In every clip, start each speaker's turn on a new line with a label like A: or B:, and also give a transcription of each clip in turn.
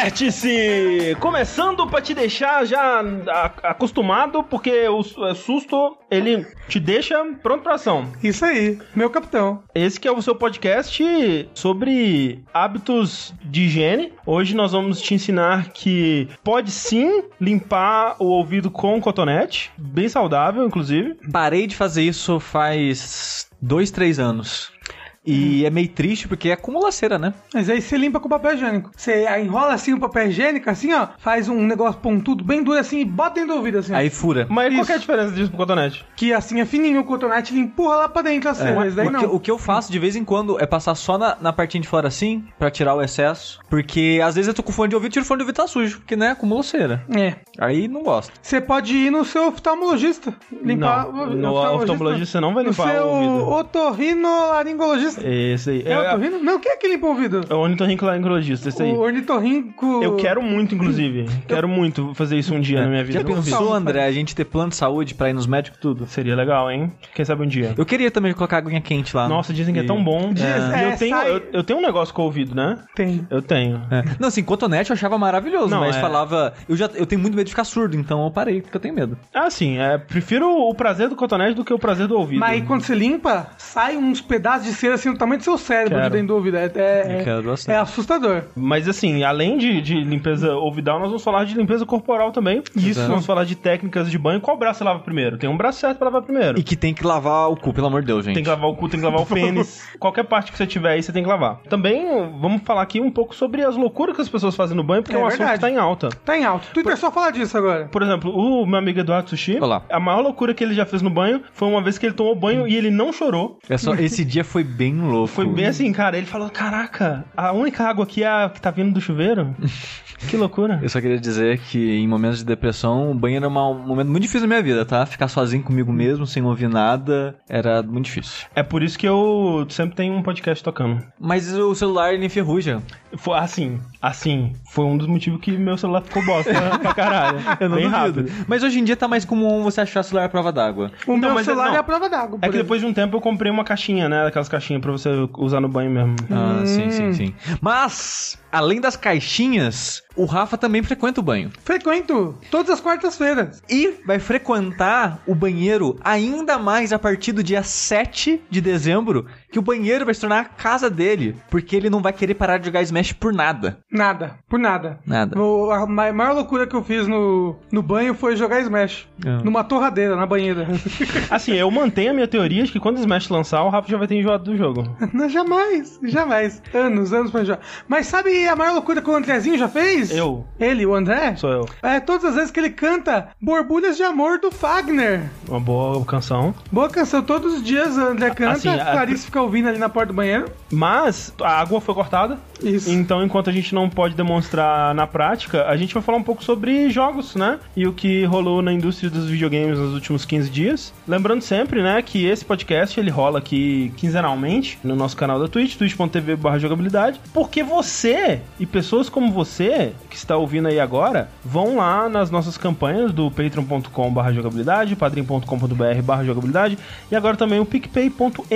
A: Vértice! Começando pra te deixar já a- acostumado, porque o su- susto, ele te deixa pronto pra ação.
B: Isso aí, meu capitão.
A: Esse que é o seu podcast sobre hábitos de higiene. Hoje nós vamos te ensinar que pode sim limpar o ouvido com cotonete, bem saudável, inclusive.
C: Parei de fazer isso faz dois, três anos. E
B: Uhum.
C: é meio triste porque é acumulaceira, né?
B: Mas aí você limpa com papel higiênico. Você enrola assim o papel higiênico, assim, ó. Faz um negócio pontudo bem duro assim e bota dentro do ouvido, assim. ó.
C: Aí fura.
A: Mas qual
B: Isso.
A: que é a diferença disso pro cotonete?
B: Que assim é fininho o cotonete, ele empurra lá pra dentro,
A: É,
B: assim. Mas daí
C: É. o, que,
B: não.
C: o que eu faço de vez em quando é passar só na, na partinha de fora assim, pra tirar o excesso. Porque às vezes eu tô com fone de ouvido, tiro o fone de ouvido e tá sujo, porque né, acumula cera.
B: É.
C: Aí não gosto.
B: Você pode ir no seu oftalmologista. Limpar
A: não, no oftalmologista não vai
B: No
A: limpar
B: seu
A: o ouvido.
B: otorrinolaringologista.
A: Esse aí.
B: É, otorrino? Não, quem é que limpa o ouvido?
A: É o ornitorrincolaringologista, esse aí.
B: O ornitorrinco...
A: Eu quero muito, inclusive. Quero muito fazer isso um dia na minha vida.
C: É. Já pensou, André, a gente ter plano de saúde pra ir nos médicos tudo?
A: Seria legal, hein? Quem sabe um dia.
C: Eu queria também colocar aguinha quente lá.
A: Nossa, dizem que é
C: Ah, E-
A: tão bom.
B: Diz-
A: E
B: é,
A: eu, tenho,
B: sai-
A: eu, eu tenho um negócio com o ouvido, né?
B: Tem.
A: Eu tenho.
C: É. Não, assim, cotonete eu achava maravilhoso,
A: Não,
C: mas
A: é.
C: falava. Eu já eu tenho muito medo de ficar surdo, então eu parei, porque eu tenho medo.
A: Ah, sim. É, prefiro o prazer do cotonete do que o prazer do ouvido.
B: Mas aí quando você limpa, sai uns pedaços de cera assim do tamanho do seu cérebro
A: Quero.
B: de dentro do ouvido. É, é-
C: Eu quero bastante.
B: é assustador.
A: Mas assim, além de, de limpeza ouvidal, nós vamos falar de limpeza corporal também. Isso. Vamos falar de técnicas de banho. Qual braço você lava primeiro? Tem um braço certo pra lavar primeiro.
C: E que tem que lavar o cu, pelo amor de Deus, gente.
A: Tem que lavar o cu, tem que lavar o pênis. Qualquer parte que você tiver aí, você tem que lavar. Também vamos falar aqui um pouco sobre as loucuras que as pessoas fazem no banho, porque é,
B: É
A: um assunto que
B: verdade.
A: tá em alta.
B: Tá em alto. Twitter só fala disso agora.
A: Por exemplo, o meu amigo Eduardo Sushi,
C: Olá.
A: a maior loucura que ele já fez no banho foi uma vez que ele tomou banho e ele não chorou.
C: É só, esse dia foi bem louco.
A: Foi bem assim, cara. Ele falou: Caraca, a única água aqui é a que tá vindo do chuveiro? que loucura.
C: Eu só queria dizer que em momentos de depressão, o banho era uma- um momento muito difícil da minha vida, tá? Ficar sozinho comigo mesmo, sem ouvir nada, era muito difícil.
A: É por isso que eu sempre tenho um podcast tocando.
C: Mas o celular ele enferruja.
A: Foi assim, assim, foi um dos motivos que meu celular ficou bosta pra caralho. Bem rápido.
C: Mas hoje em dia tá mais comum você achar celular à prova d'água.
B: O
A: Então,
B: meu
A: mas é-
B: celular
A: não.
B: é, a prova d'água.
A: É
B: por
A: que
B: exemplo.
A: depois de um tempo eu comprei uma caixinha, né? Aquelas caixinhas pra você usar no banho mesmo.
C: Ah, sim,
A: Hum.
C: sim, sim. Mas, além das caixinhas, o Rafa também frequenta o banho.
B: Frequento todas as quartas-feiras.
C: E vai frequentar o banheiro ainda mais a partir do dia 7 de dezembro, que o banheiro vai se tornar a casa dele, porque ele não vai querer parar de jogar Smash por nada.
B: Nada, por nada.
C: Nada.
B: O- a ma- maior loucura que eu fiz no, no banho foi jogar Smash.
A: É.
C: Ah.
B: Numa torradeira, na banheira.
A: Assim, eu mantenho a minha teoria de que quando o Smash lançar, o Rafa já vai ter enjoado do jogo.
B: Não, jamais, jamais. Anos, anos pra jogar. Mas sabe a maior loucura que o Andrezinho já fez?
A: Eu.
B: Ele, o André?
A: Sou eu.
B: É, todas as vezes que ele canta Borbulhas de Amor do Fagner.
A: Uma boa canção.
B: Boa canção, todos os dias o André canta,
A: Assim, a-
B: a Clarice fica ouvindo ali na porta do banheiro.
A: Mas a água foi cortada.
B: Isso.
A: Então, enquanto a gente não pode demonstrar na prática, a gente vai falar um pouco sobre jogos, né? E o que rolou na indústria dos videogames nos últimos 15 dias. Lembrando sempre, né, que esse podcast ele rola aqui quinzenalmente no nosso canal da Twitch, twitch.tv/jogabilidade, porque você e pessoas como você que está ouvindo aí agora, vão lá nas nossas campanhas do patreon.com/jogabilidade, padrim.com.br/jogabilidade e agora também o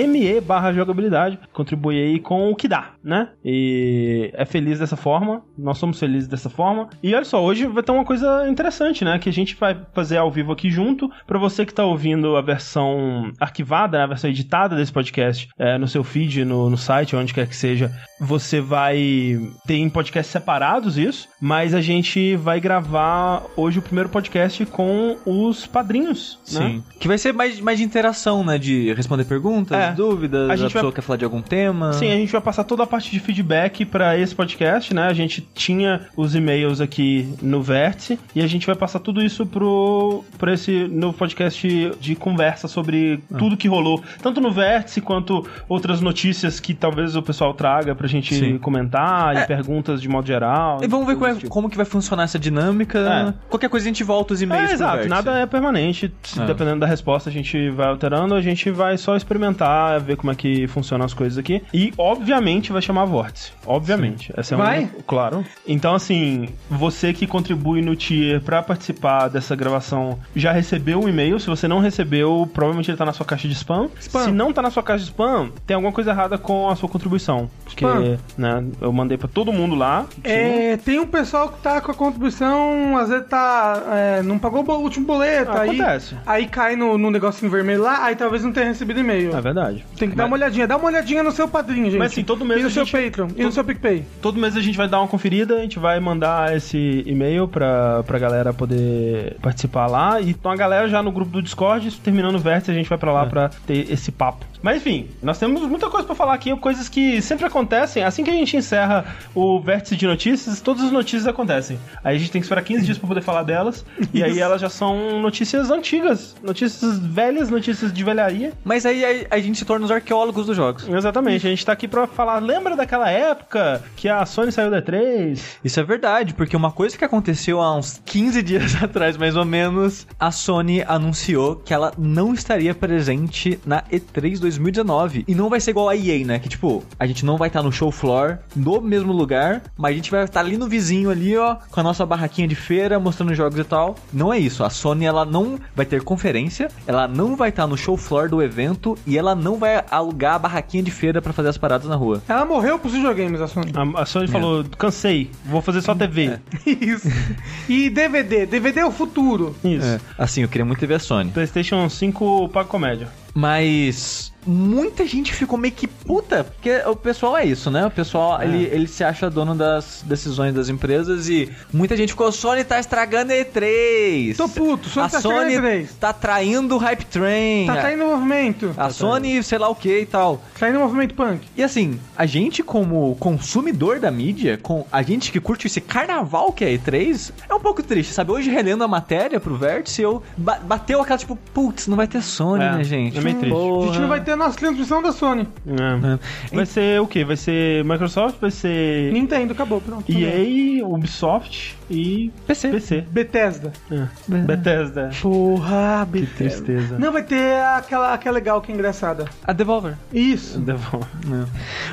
A: picpay.me/jogabilidade. Contribui aí com o que dá, né? E é feliz dessa forma, nós somos felizes dessa forma. E olha só, hoje vai ter uma coisa interessante, né, que a gente vai fazer ao vivo aqui junto para você que tá ouvindo a versão arquivada, né, a versão editada desse podcast, é, no seu feed, no, no site, onde quer que seja, você vai ter em podcasts separados isso, mas a gente vai gravar hoje o primeiro podcast com os padrinhos, né?
C: Né? Que vai ser mais, mais de interação, né? De responder perguntas,
A: É.
C: dúvidas,
A: A
C: a,
A: gente
C: pessoa
A: vai-
C: quer falar de algum tema.
A: Sim, a gente vai passar toda a parte de feedback pra esse podcast, né? A gente tinha os e-mails aqui no Vértice e a gente vai passar tudo isso pro pra esse novo podcast de conversa sobre tudo que rolou, tanto no Vértice quanto outras notícias que talvez o pessoal traga pra gente
C: Sim.
A: comentar e perguntas de modo geral.
C: E vamos ver como,
A: coisas do
C: é-
A: tipo.
C: como que vai funcionar essa dinâmica. Qualquer coisa a gente volta os e-mails.
A: É,
C: pro
A: exato,
C: Vértice.
A: nada é permanente. Se
C: É.
A: Dependendo da resposta, a gente vai alterando, a gente vai só experimentar, ver como é que que funcionam as coisas aqui. E, obviamente, vai chamar vórtice. Obviamente. Essa é uma-
B: Vai?
A: Claro. Então, assim, você que contribui no Tier pra participar dessa gravação já recebeu o e-mail. Se você não recebeu, provavelmente ele tá na sua caixa de spam.
B: Spam.
A: Se não tá na sua caixa de spam, tem alguma coisa errada com a sua contribuição. Porque,
B: Spam.
A: né, eu mandei pra todo mundo lá.
B: É, tem um pessoal que tá com a contribuição, às vezes tá. é, não pagou o bo- último boleto,
A: Ah,
B: tá aí.
A: acontece.
B: Aí cai no, no negocinho vermelho lá, aí talvez não tenha recebido e-mail.
A: É verdade.
B: Tem que dar uma olhadinha, dá uma olhadinha no seu padrinho, gente.
A: Mas, assim, todo mês
B: E no
A: a
B: seu
A: gente-
B: Patreon, e no seu PicPay.
A: Todo mês a gente vai dar uma conferida, a gente vai mandar esse e-mail pra, pra galera poder participar lá. E então a galera já no grupo do Discord, isso terminando o vértice, a gente vai pra lá pra ter esse papo. Mas enfim, nós temos muita coisa pra falar aqui, coisas que sempre acontecem. Assim que a gente encerra o vértice de notícias, todas as notícias acontecem. Aí a gente tem que esperar 15 dias pra poder falar delas. E aí elas já são notícias antigas, notícias velhas, notícias de velharia.
C: Mas aí, aí a gente se torna os arqueólogos dos jogos.
A: Exatamente, a gente tá aqui pra falar, lembra daquela época que a Sony saiu da E3?
C: Isso é verdade, porque uma coisa que aconteceu há uns 15 dias atrás, mais ou menos, a Sony anunciou que ela não estaria presente na E3 2019. E não vai ser igual a EA, né? Que tipo, a gente não vai estar no show floor, no mesmo lugar, mas a gente vai estar ali no vizinho ali, ó, com a nossa barraquinha de feira, mostrando jogos e tal. Não é isso. A Sony, ela não vai ter conferência, ela não vai estar no show floor do evento e ela não vai alugar a barraquinha de feira pra fazer as paradas na rua.
B: Ela morreu pros videogames, a Sony.
A: A, a Sony falou, cansei, vou fazer só TV.
B: É. Isso. E DVD, DVD é o futuro.
A: Isso.
C: É, assim, eu queria muito ver a Sony.
A: PlayStation 5 paga comédia.
C: Mas muita gente ficou meio que puta, porque o pessoal é isso, né? O pessoal, ele, ele se acha dono das decisões das empresas e muita gente ficou, Sony tá estragando a E3.
B: Tô puto, Sony
C: a
B: tá estragando
C: Sony
B: a E3.
C: tá traindo o hype train. É.
A: é.
B: Tá saindo movimento.
A: Ah.
C: a Sony, sei lá o que e tal.
B: Saindo movimento punk.
C: E assim, a gente como consumidor da mídia, com a gente que curte esse carnaval que é a E3, é um pouco triste, sabe? Hoje relendo a matéria pro Vértice, eu ba- bateu aquela tipo, putz, não vai ter Sony,
A: É,
C: né, gente?
A: é meio triste.
B: A gente não vai ter a nossa transmissão da Sony.
A: É.
C: É.
A: Vai ser o quê? Vai ser Microsoft, vai ser
B: Nintendo, acabou, pronto.
A: EA, Ubisoft e
C: PC.
A: PC.
B: Bethesda.
A: É. Bethesda.
B: Porra, Bethesda.
A: Tristeza.
B: Não, vai ter aquela, aquela legal que é engraçada.
C: A Devolver.
B: Isso.
A: Devolve.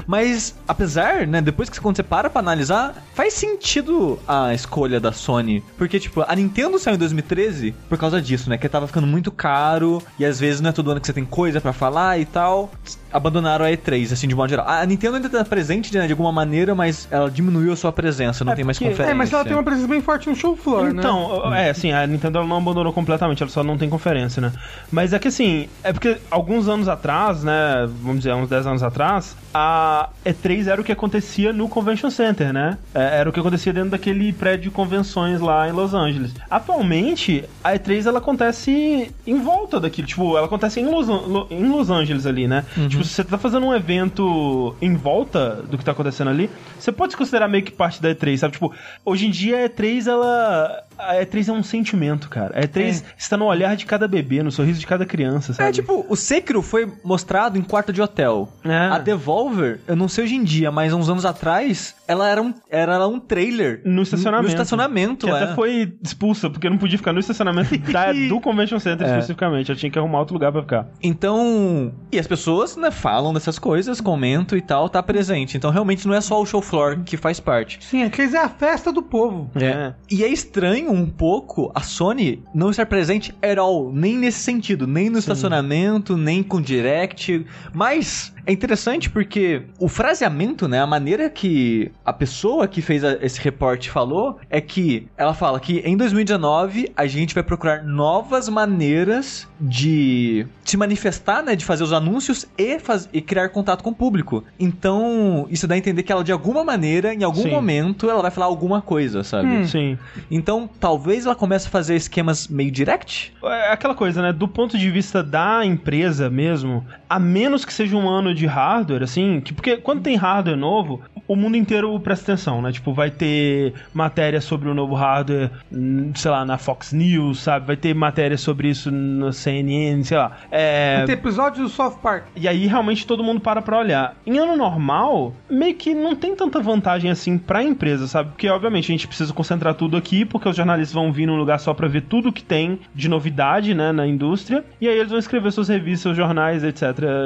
C: Mas, apesar, né, depois que quando você para pra analisar, faz sentido a escolha da Sony. Porque, tipo, a Nintendo saiu em 2013 por causa disso, né? Que tava ficando muito caro e às vezes não é todo ano que você tem coisa pra falar e tal. Abandonaram a E3, assim, de modo geral. A Nintendo ainda tá presente, né, de alguma maneira, mas ela diminuiu a sua presença, não tem mais
A: porque-
C: conferência.
B: É, mas ela tem uma presença bem forte no show floor, né?
A: Então, é assim, a Nintendo ela não abandonou completamente, ela só não tem conferência, né? Mas é que assim, é porque alguns anos atrás, né? Vamos dizer, uns 10 anos atrás, a E3 era o que acontecia no Convention Center, né? É, Era o que acontecia dentro daquele prédio de convenções lá em Los Angeles. Atualmente, a E3 ela acontece em volta daquilo, tipo, ela acontece em Los, An- Lo- em Los Angeles ali, né? Tipo, se você tá fazendo um evento em volta do que tá acontecendo ali, você pode se considerar meio que parte da E3, sabe? Tipo, hoje em dia a E3, ela. A E3 é um sentimento, cara. A E3 está no olhar de cada bebê, no sorriso de cada criança, sabe?
C: É, tipo, o Sekiro foi mostrado em quarto de hotel.
A: É.
C: A Devolver, eu não sei hoje em dia, mas uns anos atrás, ela era um, era um trailer.
A: No estacionamento.
C: No estacionamento,
A: que
C: é.
A: até foi expulsa, porque não podia ficar no estacionamento da- do Convention Center
C: É.
A: especificamente. Ela tinha que arrumar outro lugar pra ficar.
C: Então, e as pessoas, né, falam dessas coisas, comentam e tal, tá presente. Então, realmente não é só o show floor que faz parte.
B: Sim, a E3 é a festa do povo.
A: É.
C: E é estranho um pouco a Sony não estar presente at all, nem nesse sentido, nem no estacionamento, nem com direct. Mas é interessante porque o fraseamento, né, a maneira que a pessoa que fez a- esse reporte falou é que ela fala que em 2019 a gente vai procurar novas maneiras de se manifestar, né, de fazer os anúncios e, faz- e criar contato com o público. Então, isso dá a entender que ela de alguma maneira, em algum
A: Sim.
C: momento, ela vai falar alguma coisa, sabe?
B: Hum.
A: Sim.
C: Então, talvez ela comece a fazer esquemas meio direct.
A: É aquela coisa, né? Do ponto de vista da empresa mesmo, a menos que seja um ano de hardware, assim, que, porque quando tem hardware novo, o mundo inteiro presta atenção, né? Tipo, vai ter matéria sobre o novo hardware, hum, sei lá, na Fox News, sabe? Vai ter matéria sobre isso na CNN, sei lá. É,
B: Tem episódio do South Park.
A: e aí realmente todo mundo para pra olhar. Em ano normal, meio que não tem tanta vantagem assim pra empresa, sabe? Porque obviamente a gente precisa concentrar tudo aqui, porque os jornalistas vão vir num lugar só pra ver tudo que tem de novidade, né, na indústria. E aí eles vão escrever suas revistas, seus jornais, etc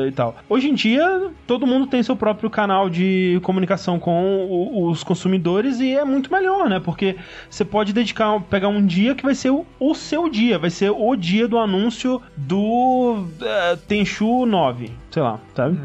A: e tal. Hoje em dia, todo mundo tem seu próprio canal de comunicação com o- os consumidores e é muito melhor, né? Porque você pode dedicar, pegar um dia que vai ser o, o seu dia, vai ser o dia do anúncio do eh, Tenchu 9, sei lá, sabe?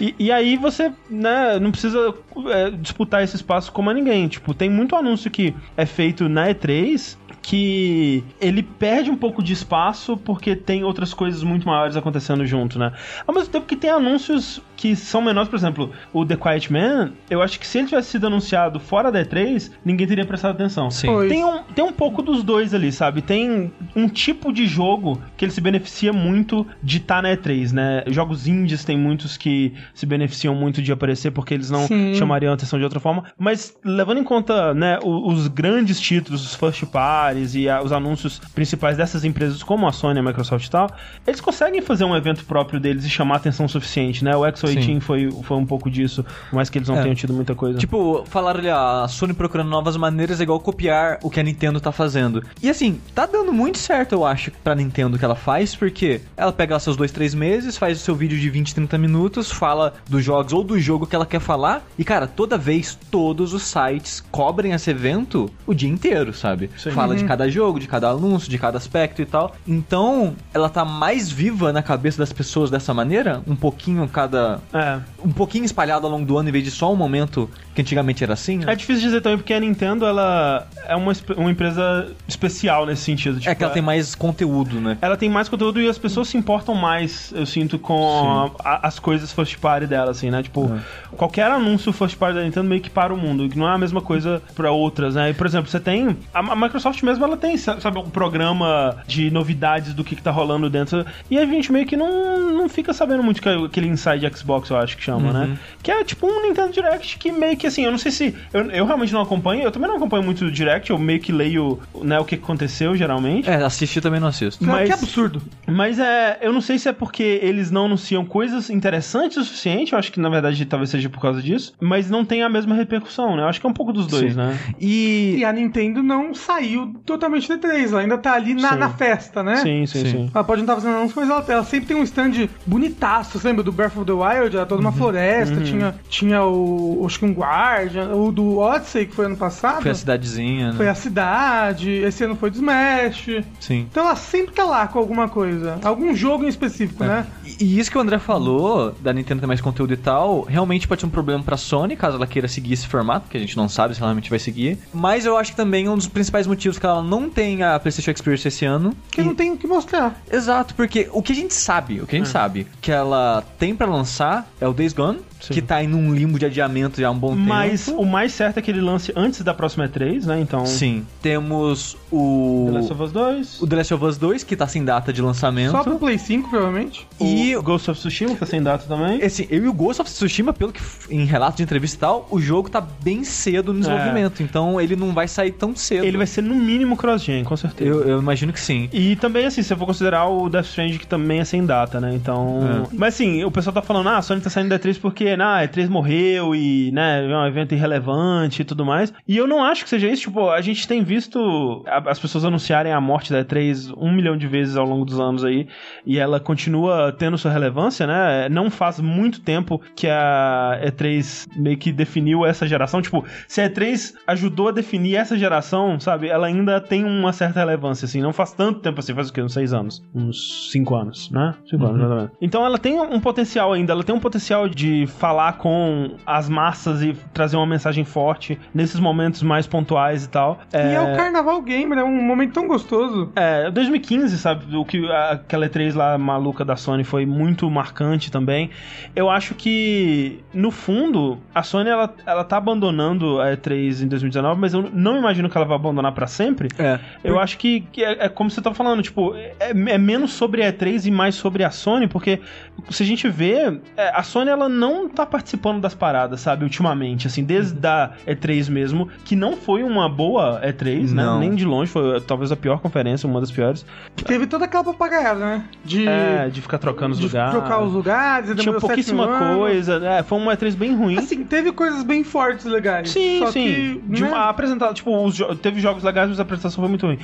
A: E, e aí você, né, não precisa eh, disputar esse espaço como a ninguém. Tipo, tem muito anúncio que é feito na E3 que ele perde um pouco de espaço porque tem outras coisas muito maiores acontecendo junto, né? Ao mesmo tempo que tem anúncios que são menores, por exemplo, o The Quiet Man, eu acho que se ele tivesse sido anunciado fora da E3, ninguém teria prestado atenção.
C: Sim.
B: Pois.
A: Tem um, tem um pouco dos dois ali, sabe? Tem um tipo de jogo que ele se beneficia muito de estar na E3, né? Jogos indies tem muitos que se beneficiam muito de aparecer porque eles não
B: Sim.
A: chamariam a atenção de outra forma. Mas levando em conta, né, o- os, grandes títulos, os first pares e a- os anúncios principais dessas empresas como a Sony, a Microsoft e tal, eles conseguem fazer um evento próprio deles e chamar atenção suficiente, né? O
C: Sim.
A: Exo-18 foi, foi um pouco disso, mas que eles não
C: É.
A: tenham tido muita coisa.
C: Tipo, falaram ali, ó, a Sony procurando novas maneiras é igual copiar o que a Nintendo tá fazendo. E assim, tá dando muito certo, eu acho, pra Nintendo o que ela faz, porque ela pega lá seus dois, três meses, faz o seu vídeo de 20, 30 minutos, fala dos jogos ou do jogo que ela quer falar, e cara, toda vez, todos os sites cobrem esse evento o dia inteiro, sabe?
A: Sim.
C: Fala de cada jogo, de cada anúncio, de cada aspecto e tal. Então, ela tá mais viva na cabeça das pessoas dessa maneira, um pouquinho cada
A: é.
C: um pouquinho espalhado ao longo do ano, em vez de só um momento que antigamente era assim.
A: É
C: né?
A: difícil dizer também, porque a Nintendo, ela é uma, espe- uma empresa especial nesse sentido.
C: É,
A: tipo,
C: que ela tem mais conteúdo, né?
A: ela tem mais conteúdo e as pessoas se importam mais, eu sinto, com a- as coisas first party dela, assim, né? Tipo, qualquer anúncio first party da Nintendo meio que para o mundo, que não é a mesma coisa para outras, né? E, por exemplo, você tem... A, a Microsoft mesmo, ela tem, sa- sabe, um programa de novidades do que, que tá rolando dentro. E a gente meio que não, não fica sabendo muito que é aquele Inside Xbox, eu acho que chama, né? Que é tipo um Nintendo Direct que meio que, assim, eu não sei se... Eu, eu realmente não acompanho, eu também não acompanho muito o Direct, eu meio que leio, né, o que aconteceu, geralmente.
C: É, assistir também não assisto.
B: Não,
A: Mas-
B: é Que absurdo.
A: Mas é, eu não sei se é porque eles não anunciam coisas interessantes o suficiente, eu acho que na verdade talvez seja por causa disso, mas não tem a mesma repercussão, né? Eu acho que é um pouco dos dois,
C: Sim.
A: né?
C: E.
B: E a Nintendo não saiu totalmente da E3, ela ainda tá ali na,
A: Sim.
B: na festa, né?
A: Sim, sim,
C: É, Sim.
A: sim.
B: Ela pode não estar fazendo anúncio, mas ela, ela sempre tem um stand bonitaço. Você lembra do Breath of the Wild? Era toda uma
C: Uhum.
B: floresta, tinha, tinha o. Acho que um Guardian, o do Odyssey, que foi ano passado.
C: Foi a cidadezinha, né?
B: Foi a cidade, esse ano foi do Smash.
C: Sim.
B: Então ela sempre tá lá com alguma coisa. Algum jogo em específico,
C: É.
B: né?
C: E- E isso que o André falou, da Nintendo ter mais conteúdo e tal, realmente pode ser um problema pra Sony, caso ela queira seguir esse formato, que a gente não sabe se ela realmente vai seguir. Mas eu acho que também é um dos principais motivos que ela não tem a PlayStation Experience esse ano.
B: Porque não tem o que mostrar.
C: Exato, porque o que a gente sabe, o que a gente sabe que ela tem pra lançar é o Days Gone,
A: Sim.
C: que tá em um limbo de adiamento já há um bom tempo.
A: Mas o mais certo é que ele lance antes da próxima E3, né? Então,
C: Sim, temos
A: The Last
C: o
A: of Us 2,
C: o The Last of Us 2, que tá sem data de lançamento.
B: Só pro Play 5, provavelmente.
C: E
A: o Ghost of Tsushima, que tá sem data também.
C: assim, eu e o Ghost of Tsushima, pelo que f- em relato de entrevista e tal, o jogo tá bem cedo no desenvolvimento, então ele não vai sair tão cedo.
A: É. Ele vai ser no mínimo cross-gen, com certeza.
C: eu, eu imagino que sim.
A: E também, assim, se eu for considerar o Death Stranding, que também é sem data, né? Então. Mas assim, o pessoal tá falando, ah, a Sony tá saindo da E3 porque, ah, a E3 morreu e, né, é um evento irrelevante e tudo mais. E eu não acho que seja isso. Tipo, a gente tem visto a- as pessoas anunciarem a morte da E3 um milhão de vezes ao longo dos anos aí. E ela continua tendo sua relevância, né? Não faz muito tempo que a E3 meio que definiu essa geração. Tipo, se a E3 ajudou a definir essa geração, sabe? Ela ainda tem uma certa relevância, assim. Não faz tanto tempo assim, faz o quê? Uns seis anos? Uns cinco anos, né? Cinco anos,
B: Uhum.
A: mais ou menos. Então ela tem um potencial ainda, ela tem um potencial de falar com as massas e trazer uma mensagem forte nesses momentos mais pontuais e tal.
B: E é o Carnaval Gamer, é um momento tão gostoso.
A: É, 2015, sabe? O que a- aquela E3 lá maluca da Sony foi muito marcante também. Eu acho que, no fundo, a Sony ela, ela tá abandonando a E3 em 2019, mas eu não imagino que ela vai abandonar pra sempre.
C: É.
A: Eu acho que, que é, é como você tá falando, tipo, é, é menos sobre a E3 e mais sobre a Sony, porque se a gente vê, é, a Sony ela ela não tá participando das paradas, sabe? Ultimamente, assim,
B: Uhum.
A: desde a E3 mesmo, que não foi uma boa E3,
C: Não.
A: né? Nem de longe, foi talvez a pior conferência, uma das piores.
B: Que teve toda aquela papagaiada, né? De,
A: É, de ficar trocando os
B: de
A: lugares.
B: trocar os lugares, e
A: Tinha
B: demorou sete
A: pouquíssima
B: mil anos.
A: coisa, né? Foi uma E3 bem ruim.
B: Assim, teve coisas bem fortes legais.
A: Sim,
B: só
A: sim.
B: Que,
A: de
B: né?
A: uma apresentada, tipo, os jo- teve jogos legais, mas a apresentação foi muito ruim.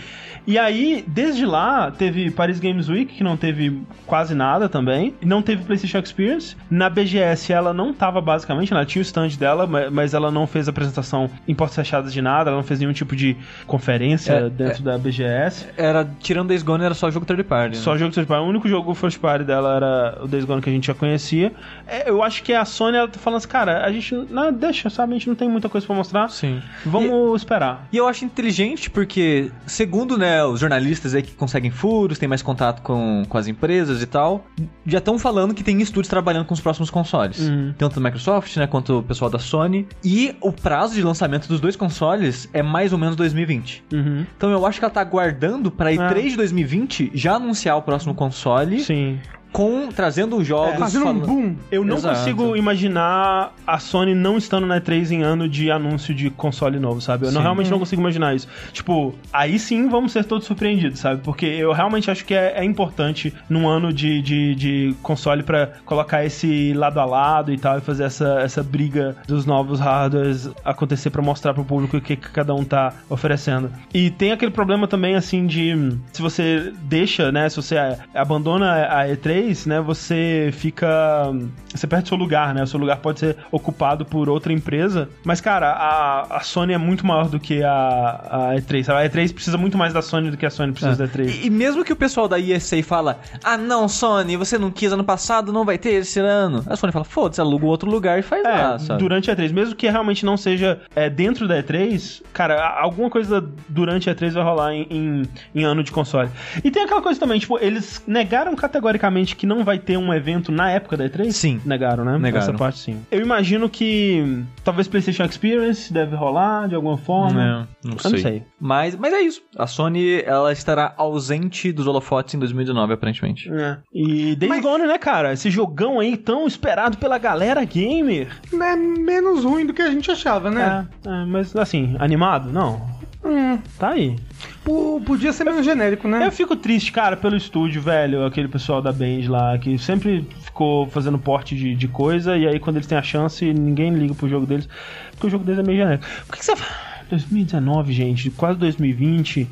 A: E aí, desde lá, teve Paris Games Week, que não teve quase nada também. e Não teve PlayStation Experience. Na BGS ela não tava basicamente, né? ela tinha o stand dela, ma- mas ela não fez apresentação em portas fechadas de nada, ela não fez nenhum tipo de conferência
C: É,
A: dentro da BGS.
B: É.
C: Era, tirando Days Gone, era só jogo third party. né?
A: Só jogo first party. O único jogo first party dela era o Days Gone que a gente já conhecia. É, eu acho que a Sony, ela tá falando assim, cara, a gente, não, deixa, sabe, a gente não tem muita coisa pra mostrar.
C: Sim.
A: Vamos esperar.
C: E eu acho inteligente porque, segundo né, os jornalistas aí que conseguem furos, têm mais contato com, com as empresas e tal, já estão falando que tem estúdios trabalhando com os próximos consoles.
A: Uhum.
C: Tanto da Microsoft, né, quanto o pessoal da Sony. E o prazo de lançamento dos dois consoles é mais ou menos 2020.
A: Uhum.
C: Então eu acho que ela tá aguardando pra E3
A: É.
C: de 2020 já anunciar o próximo console,
A: Sim. É.
C: com trazendo os jogos.
B: Fazendo um
C: falando-
B: boom.
A: Eu não
C: Exato.
A: consigo imaginar a Sony não estando na E3 em ano de anúncio de console novo, sabe? Eu não,
C: Sim.
A: realmente não consigo imaginar isso. Tipo, aí sim vamos ser todos surpreendidos, sabe? Porque eu realmente acho que é, é importante num ano de, de, de console pra colocar esse lado a lado e tal, e fazer essa, essa briga dos novos hardwares acontecer pra mostrar pro público o que, que cada um tá oferecendo. E tem aquele problema também, assim, de hum, se você deixa, né? Se você a- abandona a E3, né? Você fica. hum, Você perde seu lugar, né? O seu lugar pode ser ocupado por outra empresa. Mas, cara, a, a Sony é muito maior do que a, a E3. sabe? A E3 precisa muito mais da Sony do que a Sony precisa da E3.
C: E, e mesmo que o pessoal da ESA fala, ah não, Sony, você não quis ano passado, não vai ter esse ano. A Sony fala, foda-se, aluga outro lugar e faz lá,
A: É,
C: Ah, sabe?
A: durante a E3, mesmo que realmente não seja é, dentro da E3, cara, a- alguma coisa durante a E3 vai rolar em, em- em ano de console. E tem aquela coisa também, tipo, eles negaram categoricamente que não vai ter um evento na época da E3?
C: Sim.
A: Negaram, né?
C: Negaram.
A: Essa parte sim. Eu imagino que talvez PlayStation Experience deve rolar de alguma forma.
C: não
A: Eu não sei.
C: Mas, mas é isso. A Sony, ela estará ausente dos holofotes em 2019, aparentemente.
A: É. E Days
B: Mas-
A: Gone, né, cara? Esse jogão aí tão esperado pela galera gamer.
B: É menos ruim do que a gente achava, né?
A: É, é, mas assim, animado? Não.
B: Hum,
A: Tá aí.
B: po- podia ser menos genérico, né?
A: Eu fico triste, cara, pelo estúdio, velho. Aquele pessoal da Band lá, que sempre ficou fazendo porte de, de coisa, e aí quando eles têm a chance, ninguém liga pro jogo deles. Porque o jogo deles é meio genérico. Por que, que você. fala? "Ah, 2019, gente, quase 2020.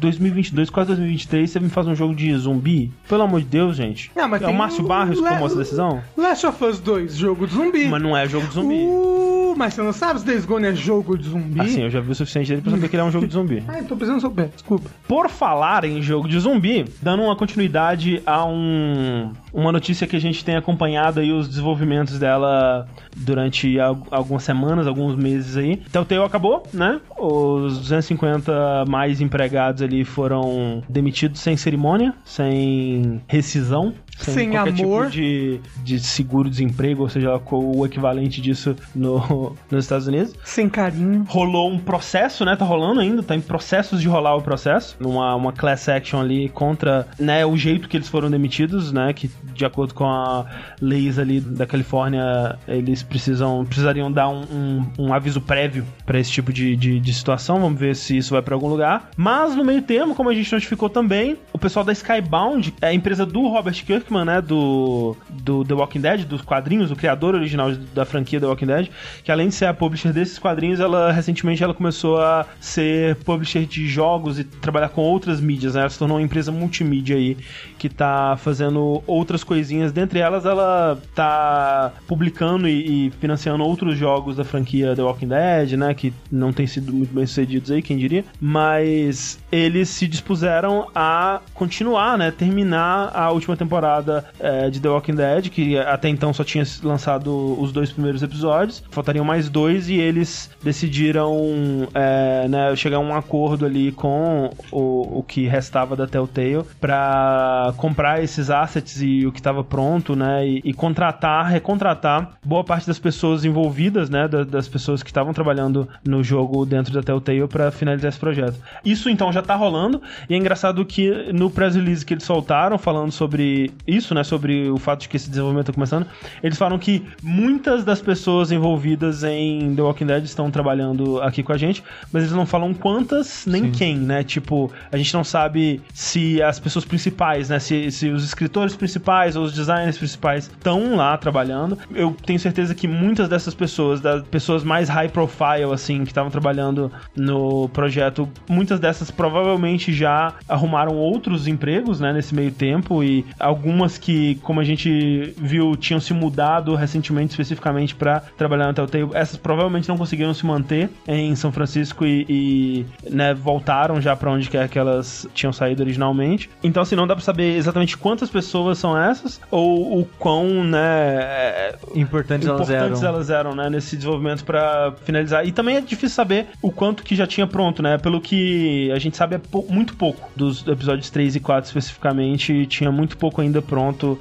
A: 2022, quase 2023, você me faz um jogo de zumbi? Pelo amor de Deus, gente.
B: Não, mas
A: é o
B: tem
A: Márcio
B: o
A: Barros que
B: Le- um
A: tomou essa decisão?
B: Last of Us 2, jogo de zumbi.
A: Mas não é jogo de zumbi.
B: Uh, mas você não sabe se Days Gone é jogo de zumbi?
A: Assim, eu já vi o suficiente dele pra saber que ele é um jogo de zumbi.
B: Ah, eu tô precisando souber, desculpa.
A: Por falar em jogo de zumbi, dando uma continuidade a um, uma notícia que a gente tem acompanhado aí os desenvolvimentos dela durante al- algumas semanas, alguns meses aí. Telltale acabou, né? Os 250 mais empregados ali foram demitidos sem cerimônia, sem rescisão, sem,
B: Sem
A: qualquer
B: amor.
A: tipo de, de seguro-desemprego, ou seja, o equivalente disso no, nos Estados Unidos
B: Sem carinho.
A: rolou um processo, né? Tá rolando ainda, tá em processos de rolar o processo. Uma, uma class action ali contra, né, o jeito que eles foram demitidos, né? Que de acordo com a leis ali da Califórnia, eles precisam, precisariam dar um, um- um aviso prévio pra esse tipo de, de, de situação. Vamos ver se isso vai pra algum lugar. Mas no meio termo, como a gente notificou também, o pessoal da Skybound, é a empresa do Robert Kirkman, né? Do, do The Walking Dead, dos quadrinhos, o criador original da franquia The Walking Dead, que além de ser a publisher desses quadrinhos, ela recentemente ela começou a ser publisher de jogos e trabalhar com outras mídias, né? Ela se tornou uma empresa multimídia aí que tá fazendo outras coisinhas, dentre elas ela tá publicando e, e financiando outros jogos da franquia The Walking Dead, né, que não tem sido muito bem sucedidos aí, quem diria, mas eles se dispuseram a continuar, né, terminar a última temporada eh, de The Walking Dead, que até então só tinha lançado os dois primeiros episódios, faltariam mais dois e eles decidiram eh, né, chegar a um acordo ali com o, o que restava da Telltale para comprar esses assets e o que estava pronto, né, e, e contratar, recontratar boa parte das pessoas envolvidas, né, da- das pessoas que estavam trabalhando no jogo dentro da Telltale para finalizar esse projeto. tá Isso então já tá rolando e é engraçado que no press release que eles soltaram falando sobre isso, né, sobre o fato de que esse desenvolvimento tá começando, eles falam que muitas das pessoas envolvidas em The Walking Dead estão trabalhando aqui com a gente, mas eles não falam quantas nem quem, né? Tipo, a gente não sabe se as pessoas principais, né, se, se os escritores principais ou os designers principais estão lá trabalhando. Eu tenho certeza que muitas dessas pessoas, das pessoas mais high profile, assim, que estavam trabalhando no projeto, muitas dessas provavelmente já arrumaram outros empregos, né, nesse meio tempo e algumas que, como a gente viu, tinham se mudado recentemente especificamente para trabalhar na Telltale, essas provavelmente não conseguiram se manter em São Francisco e, e, né, voltaram já para onde quer que elas tinham saído originalmente. Então, assim, não dá para saber exatamente quantas pessoas são essas ou o quão, né,
C: Importantes,
A: importantes
C: elas eram.
A: elas eram, né, nesse desenvolvimento para finalizar. E também é difícil saber o quanto que já tinha pronto, né? Pelo que a gente sabe é pou- muito pouco dos episódios 3 e 4 especificamente, tinha muito pouco ainda pronto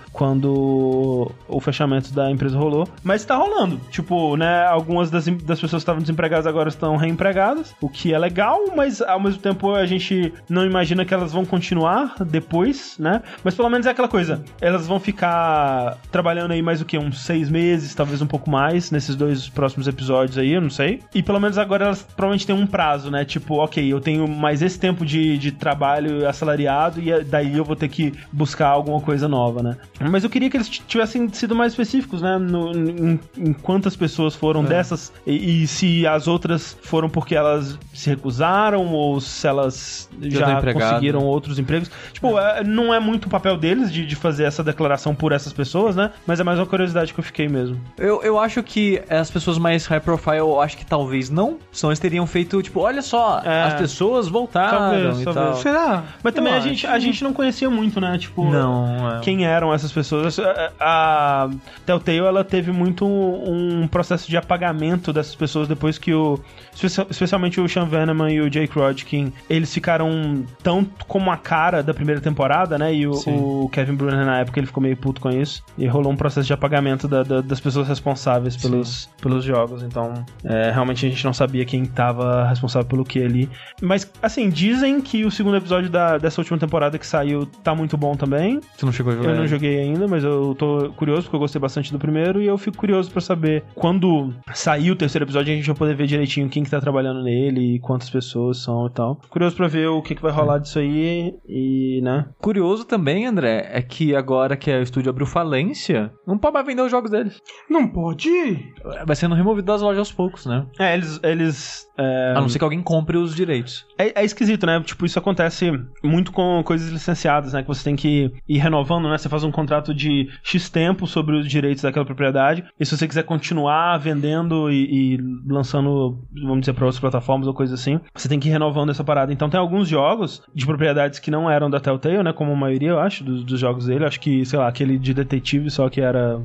A: quando o fechamento da empresa rolou, mas tá rolando. Tipo, né, algumas das, em- das pessoas que estavam desempregadas agora estão reempregadas, o que é legal, mas ao mesmo tempo a gente não imagina que elas vão continuar depois, né? Mas pelo menos é aquela coisa, elas vão ficar trabalhando aí mais o que? Uns seis meses, talvez um pouco mais, nesses dois próximos episódios aí, eu não sei. E pelo menos agora elas provavelmente têm um prazo, né? Tipo, ok, eu tenho mais esse tempo de, de trabalho assalariado e eh, daí eu vou ter que buscar alguma coisa nova, né? Mas eu queria que eles t- tivessem sido mais específicos, né? No, em, em quantas pessoas foram dessas e, e se as outras foram porque elas se recusaram ou se elas já
C: empregado.
A: conseguiram outros empregos. Tipo, é, não é muito o papel deles de, de fazer essa declaração por essas pessoas, né? Mas é mais uma curiosidade que eu fiquei mesmo.
C: Eu, eu acho que as pessoas mais high profile, eu acho que talvez não. Senão eles teriam feito, tipo, olha só,
A: É.
C: as pessoas voltaram
A: Talvez,
C: e
A: talvez.
C: tal.
B: Será?
A: Mas também a
C: acho
A: gente, a gente não conhecia muito, né? Tipo,
C: Não, é.
A: quem eram essas pessoas. A, a Telltale, ela teve muito um, um processo de apagamento dessas pessoas depois que o... especia- Especialmente o Sean Veneman e o Jake Rodkin, eles ficaram tão como a cara da primeira temporada, né? E o,
C: Sim.
A: o Kevin Brunner, na época, ele ficou meio puto com isso. E rolou um processo de apagamento da- da- das pessoas responsáveis pelos, pelos jogos. Então, é, realmente a gente não sabia quem tava responsável pelo que ali. Mas, assim, dizem que o segundo episódio da- dessa última temporada que saiu tá muito bom também.
C: Tu não chegou a jogar?
A: Eu não joguei ainda, mas eu tô curioso porque eu gostei bastante do primeiro e eu fico curioso pra saber quando sair o terceiro episódio a gente vai poder ver direitinho quem que tá trabalhando nele e quantas pessoas são e tal. Curioso pra ver o que, que vai rolar disso aí e, né?
C: Curioso também, André, é que agora que o estúdio abriu falência, não pode mais vender os jogos deles.
B: Não pode?
C: Vai sendo removido das lojas aos poucos, né?
A: É, eles. eles é,
C: A não ser que alguém compre os direitos.
A: É, é esquisito, né? Tipo, isso acontece muito com coisas licenciadas, né? Que você tem que ir renovando, né? Você faz um contrato de X tempo sobre os direitos daquela propriedade. E se você quiser continuar vendendo e, e lançando, vamos dizer, para outras plataformas ou coisa assim, você tem que ir renovando essa parada. Então tem alguns jogos de propriedades que não eram da Telltale, né? Como a maioria, eu acho, dos, dos jogos dele. Acho que, sei lá, aquele de detetive, só que era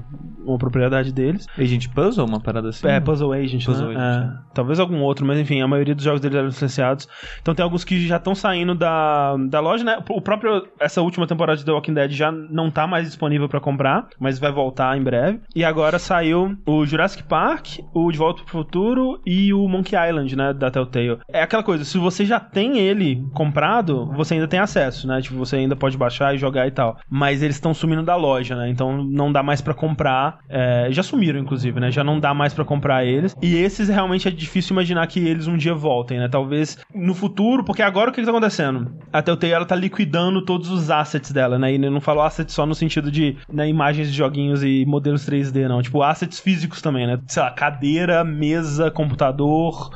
A: uma propriedade deles.
C: Agent Puzzle, uma parada assim.
A: É, Puzzle Agent,
C: Puzzle
A: né?
C: Agent,
A: É. Talvez algum outro, mas enfim, a maioria dos jogos deles eram licenciados. Então tem alguns que já estão saindo da, da loja, né? O próprio. Essa última temporada de The Walking Dead já não tá mais disponível pra comprar, mas vai voltar em breve. E agora saiu o Jurassic Park, o De Volta pro Futuro e o Monkey Island, né? Da Telltale. É aquela coisa, se você já tem ele comprado, você ainda tem acesso, né? Tipo, você ainda pode baixar e jogar e tal. Mas eles estão sumindo da loja, né? Então não dá mais pra comprar. É, já sumiram, inclusive, né? Já não dá mais pra comprar eles. E esses realmente é difícil imaginar que eles um dia voltem, né? Talvez no futuro, porque agora o que, que tá acontecendo? A Telltale ela tá liquidando todos os assets dela, né? E eu não falo assets só no sentido de né, imagens de joguinhos e modelos 3D, não. Tipo, assets físicos também, né? Sei lá, cadeira, mesa, computador,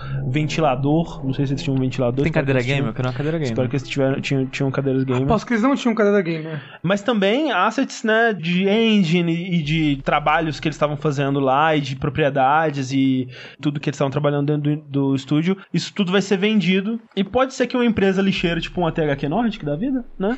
A: ventilador. Não sei se eles tinham um ventilador.
C: Tem
A: espero
C: cadeira
A: que eles
C: game? Eu
A: tinham.
C: quero uma cadeira game.
A: Espero que eles tiveram, tinham, tinham cadeiras gamer.
B: Posso que eles não tinham cadeira gamer.
A: Mas também assets, né, de engine e de trabalhos que eles estavam fazendo lá e de propriedades e tudo que eles estavam trabalhando dentro do, do estúdio. Isso tudo vai ser vendido e pode ser que uma empresa lixeira, tipo uma THQ Nordic da vida, né,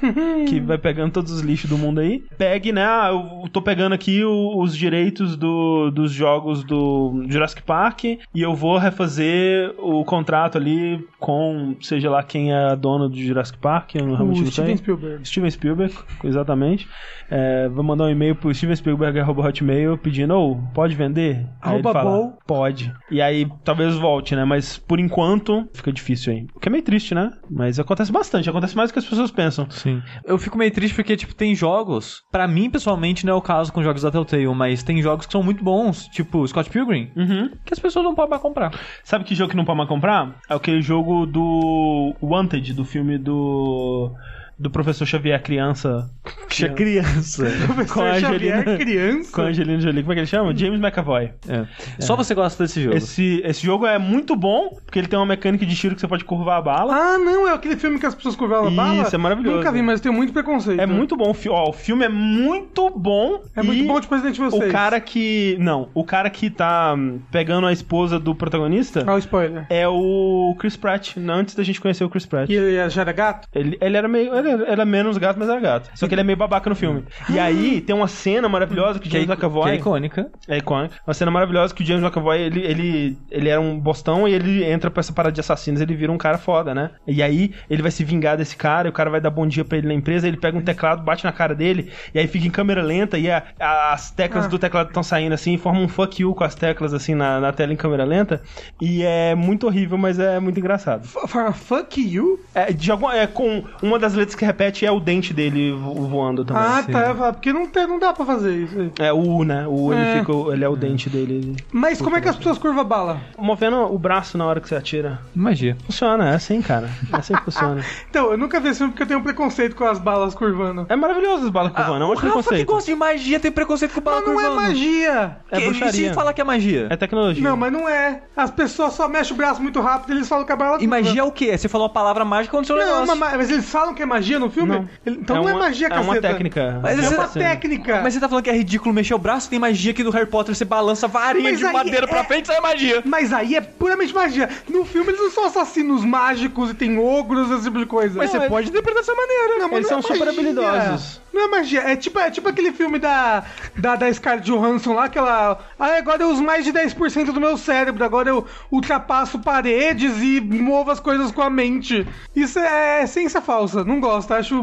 A: que vai pegando todos os lixos do mundo aí, pegue, né, ah, eu tô pegando aqui o- os direitos do, dos jogos do Jurassic Park e eu vou refazer o contrato ali com, seja lá quem é dono do Jurassic Park, eu realmente
B: o
A: não sei.
B: Steven Spielberg.
A: Steven Spielberg, exatamente. É, vou mandar um e-mail pro Steven Spielberg arroba hotmail pedindo, ou pode vender? Aí ele
B: Arroba
A: fala,
B: bol.
A: Pode. E aí talvez volte, né? Mas por enquanto fica difícil aí. O que é meio triste, né? Mas acontece bastante, acontece mais do que as pessoas pensam.
C: Sim. Eu fico meio triste porque, tipo, tem jogos, pra mim pessoalmente não é o caso com jogos da Telltale, mas tem jogos que são muito bons, tipo Scott Pilgrim,
A: Uhum.
C: que as pessoas não podem mais comprar.
A: Sabe que jogo que não pode mais comprar? É aquele jogo do Wanted, do filme do. Do professor Xavier Criança.
C: Que é criança.
A: Com a
B: Professor Xavier é
A: Angelina-
B: criança.
A: Com a Angelina Jolie. Como é que ele chama? James McAvoy.
C: É. Só você gosta desse jogo.
A: Esse, esse jogo é muito bom, porque ele tem uma mecânica de tiro que você pode curvar a bala.
B: Ah, não, é aquele filme que as pessoas curvaram a bala?
A: Isso, é maravilhoso.
B: Nunca vi, mas eu tenho muito preconceito.
A: É muito bom. o fi- Ó, o filme é muito bom.
B: É muito
A: e
B: bom de Presidente Vocês.
A: O cara que. Não, o cara que tá hum, pegando a esposa do protagonista
B: Ah, o spoiler.
A: é o Chris Pratt, não, antes da gente conhecer o Chris Pratt.
B: E ele já era gato?
A: Ele, ele era meio. Ele era- era menos gato, mas era gato. Só que ele é meio babaca no filme. E aí tem uma cena maravilhosa que o
C: Que é,
A: James
C: que é
A: McAvoy.
C: icônica.
A: É icônica. Uma cena maravilhosa que o James McAvoy, ele, ele, ele era um bostão e ele entra pra essa parada de assassinos, ele vira um cara foda, né? E aí ele vai se vingar desse cara, e o cara vai dar bom dia pra ele na empresa, ele pega um teclado, bate na cara dele, e aí fica em câmera lenta e a- a- as teclas
B: Ah.
A: do teclado estão saindo assim, e forma um fuck you com as teclas assim na, na tela em câmera lenta. E é muito horrível, mas é muito engraçado.
B: F- f- Fuck you?
A: É, de alguma, é com uma das letras que repete é o dente dele vo- voando também.
B: ah,
A: assim.
B: tá. eu falo, Porque não, tem, não dá pra fazer isso aí.
A: É o U, né? O U, ele,
B: É.
A: fica, ele é o dente dele.
B: Mas como é que as pessoas curvam a bala?
A: Movendo o braço na hora que você atira.
C: Magia.
A: Funciona, é assim, cara. É assim que funciona.
B: Então, eu nunca vi esse filme porque eu tenho um preconceito com as balas curvando.
A: É maravilhoso os balas curvando, é um
C: o
A: outro
C: Rafa Ah, que
A: preconceito.
C: gosta de magia tem preconceito com bala
B: Mas não é
C: curvando.
B: magia!
A: É
C: Que- E
A: bruxaria.
C: se falar que é magia?
A: É tecnologia.
B: Não, mas não é. As pessoas só mexem o braço muito rápido e eles falam que a bala
C: E magia é o quê? Você falou a palavra mágica aconteceu um
B: Não,
C: negócio.
B: mas, mas eles falam que é magia no filme?
A: Não.
B: Ele- Então não é
A: uma-
B: magia,
A: É uma
B: caceta.
A: técnica.
C: Mas
B: É
C: essa-
B: uma
A: Assim.
B: técnica.
C: Mas você tá falando que é ridículo mexer o braço? Tem magia que no Harry Potter você balança a varinha
B: Mas
C: de
B: aí
C: madeira pra
B: é-
C: frente, sai magia.
B: Mas aí é puramente magia. No filme eles não são assassinos mágicos e tem ogros, esse tipo de coisa.
C: Mas
B: Não,
C: você
B: é-
C: pode interpretar dessa maneira.
B: Não, mas
A: Eles
B: não
A: são
B: é
A: super
B: magia.
A: habilidosos.
B: Não é magia. É tipo, é tipo aquele filme da, da, da Scarlett Johansson lá, que ela... Ah, agora eu uso mais de 10% do meu cérebro. Agora eu ultrapasso paredes e movo as coisas com a mente. Isso é ciência falsa. Não gosto. Acho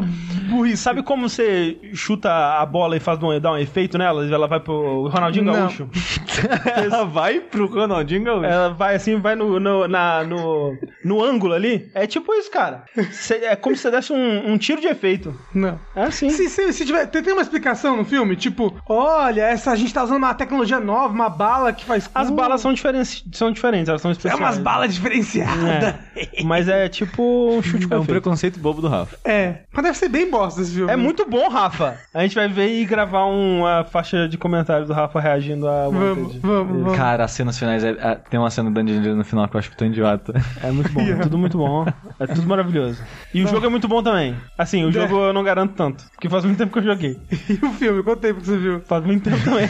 B: burrice.
A: Sabe como você chuta a bola e faz um, dá um efeito nela? Ela vai pro Ronaldinho
B: Não.
A: Gaúcho.
C: Ela vai pro Ronaldinho Gaúcho.
A: Ela vai assim, vai no, no, na- no, no ângulo ali. É tipo isso, cara. Cê- é como se você desse um, um tiro de efeito.
B: Não.
A: É assim.
B: Se, se, se tiver, tem, tem uma explicação no filme? Tipo, olha, essa, a gente tá usando uma tecnologia nova, uma bala que faz.
A: As
B: cu.
A: balas são diferentes, são diferentes, elas são
B: É
A: especiais.
B: umas balas diferenciadas.
A: É. Mas é tipo um chute com efeito.
C: é preconceito bobo do Rafa.
B: É. Mas deve ser bem bosta esse filme.
A: É muito bom, Rafa. A gente vai ver e gravar uma faixa de comentários do Rafa reagindo a
B: Vamos,
A: Wanted.
B: vamos, vamos.
C: Cara, as cenas finais. é- é- tem uma cena do Angelina no final que eu acho que tá idiota.
A: É muito bom, é tudo muito bom. É tudo maravilhoso. E o jogo é muito bom também. Assim, o jogo eu não garanto tanto, porque faz muito tempo que eu joguei.
B: E o filme? Quanto tempo que você viu?
A: Faz muito tempo também.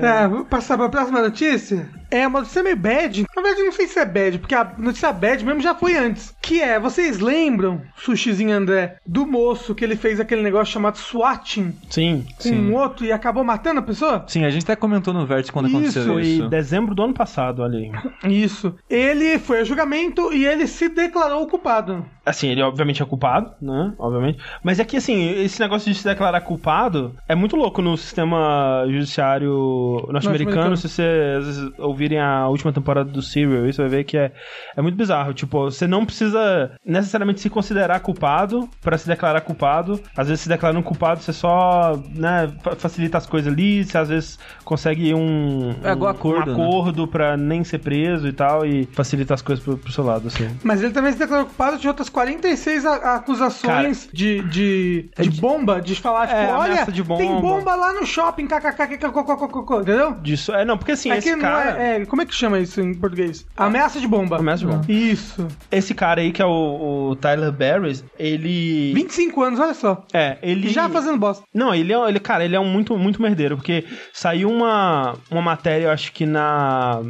B: Tá, vou passar pra próxima notícia. É uma notícia meio bad. Na verdade, eu não sei se é bad, porque a notícia bad mesmo já foi antes. Que é, vocês lembram, Sushizinho André, do moço que ele fez aquele negócio chamado swatting
A: Sim,
B: com um outro e acabou matando a pessoa?
C: Sim, a gente até comentou no Vértice quando
B: Isso,
C: aconteceu
A: Foi
C: isso.
A: em dezembro do ano passado, olha aí.
B: Isso. Ele foi a julgamento e ele se declarou culpado.
A: Assim, ele obviamente é culpado, né? Obviamente. Mas é que, assim, esse negócio de se declarar culpado é muito louco no sistema judiciário norte-americano.
B: Norte-americano.
A: se vocês ouvirem a última temporada do Serial, isso vai ver que é, é muito bizarro. Tipo, você não precisa necessariamente se considerar culpado pra se declarar culpado. Às vezes, se declarando culpado, você só, né, fa- facilita as coisas ali. Você, às vezes, consegue um,
C: É,
A: um
C: igual acordo,
A: um
C: né?
A: acordo pra nem ser preso e tal. E facilita as coisas pro, pro seu lado, assim.
B: Mas ele também se declarou culpado de outras 46 a- acusações de, de, de bomba, de falar, tipo,
A: É,
B: olha,
A: ameaça de bomba.
B: tem bomba lá no shopping, kkkkkkkk, entendeu?
A: Disso. É, não, porque assim,
B: É
A: esse
B: que não
A: cara. É.
B: é, é- Como é que chama isso em português? Ameaça de bomba.
A: Ameaça de bomba.
B: Isso.
A: Esse cara aí, que é o, o Tyler Barris, ele.
B: 25 anos, olha só.
A: É, ele.
B: E já fazendo bosta.
A: Não, ele é, ele, cara, ele é um muito, muito merdeiro, porque saiu uma, uma matéria, eu acho que na.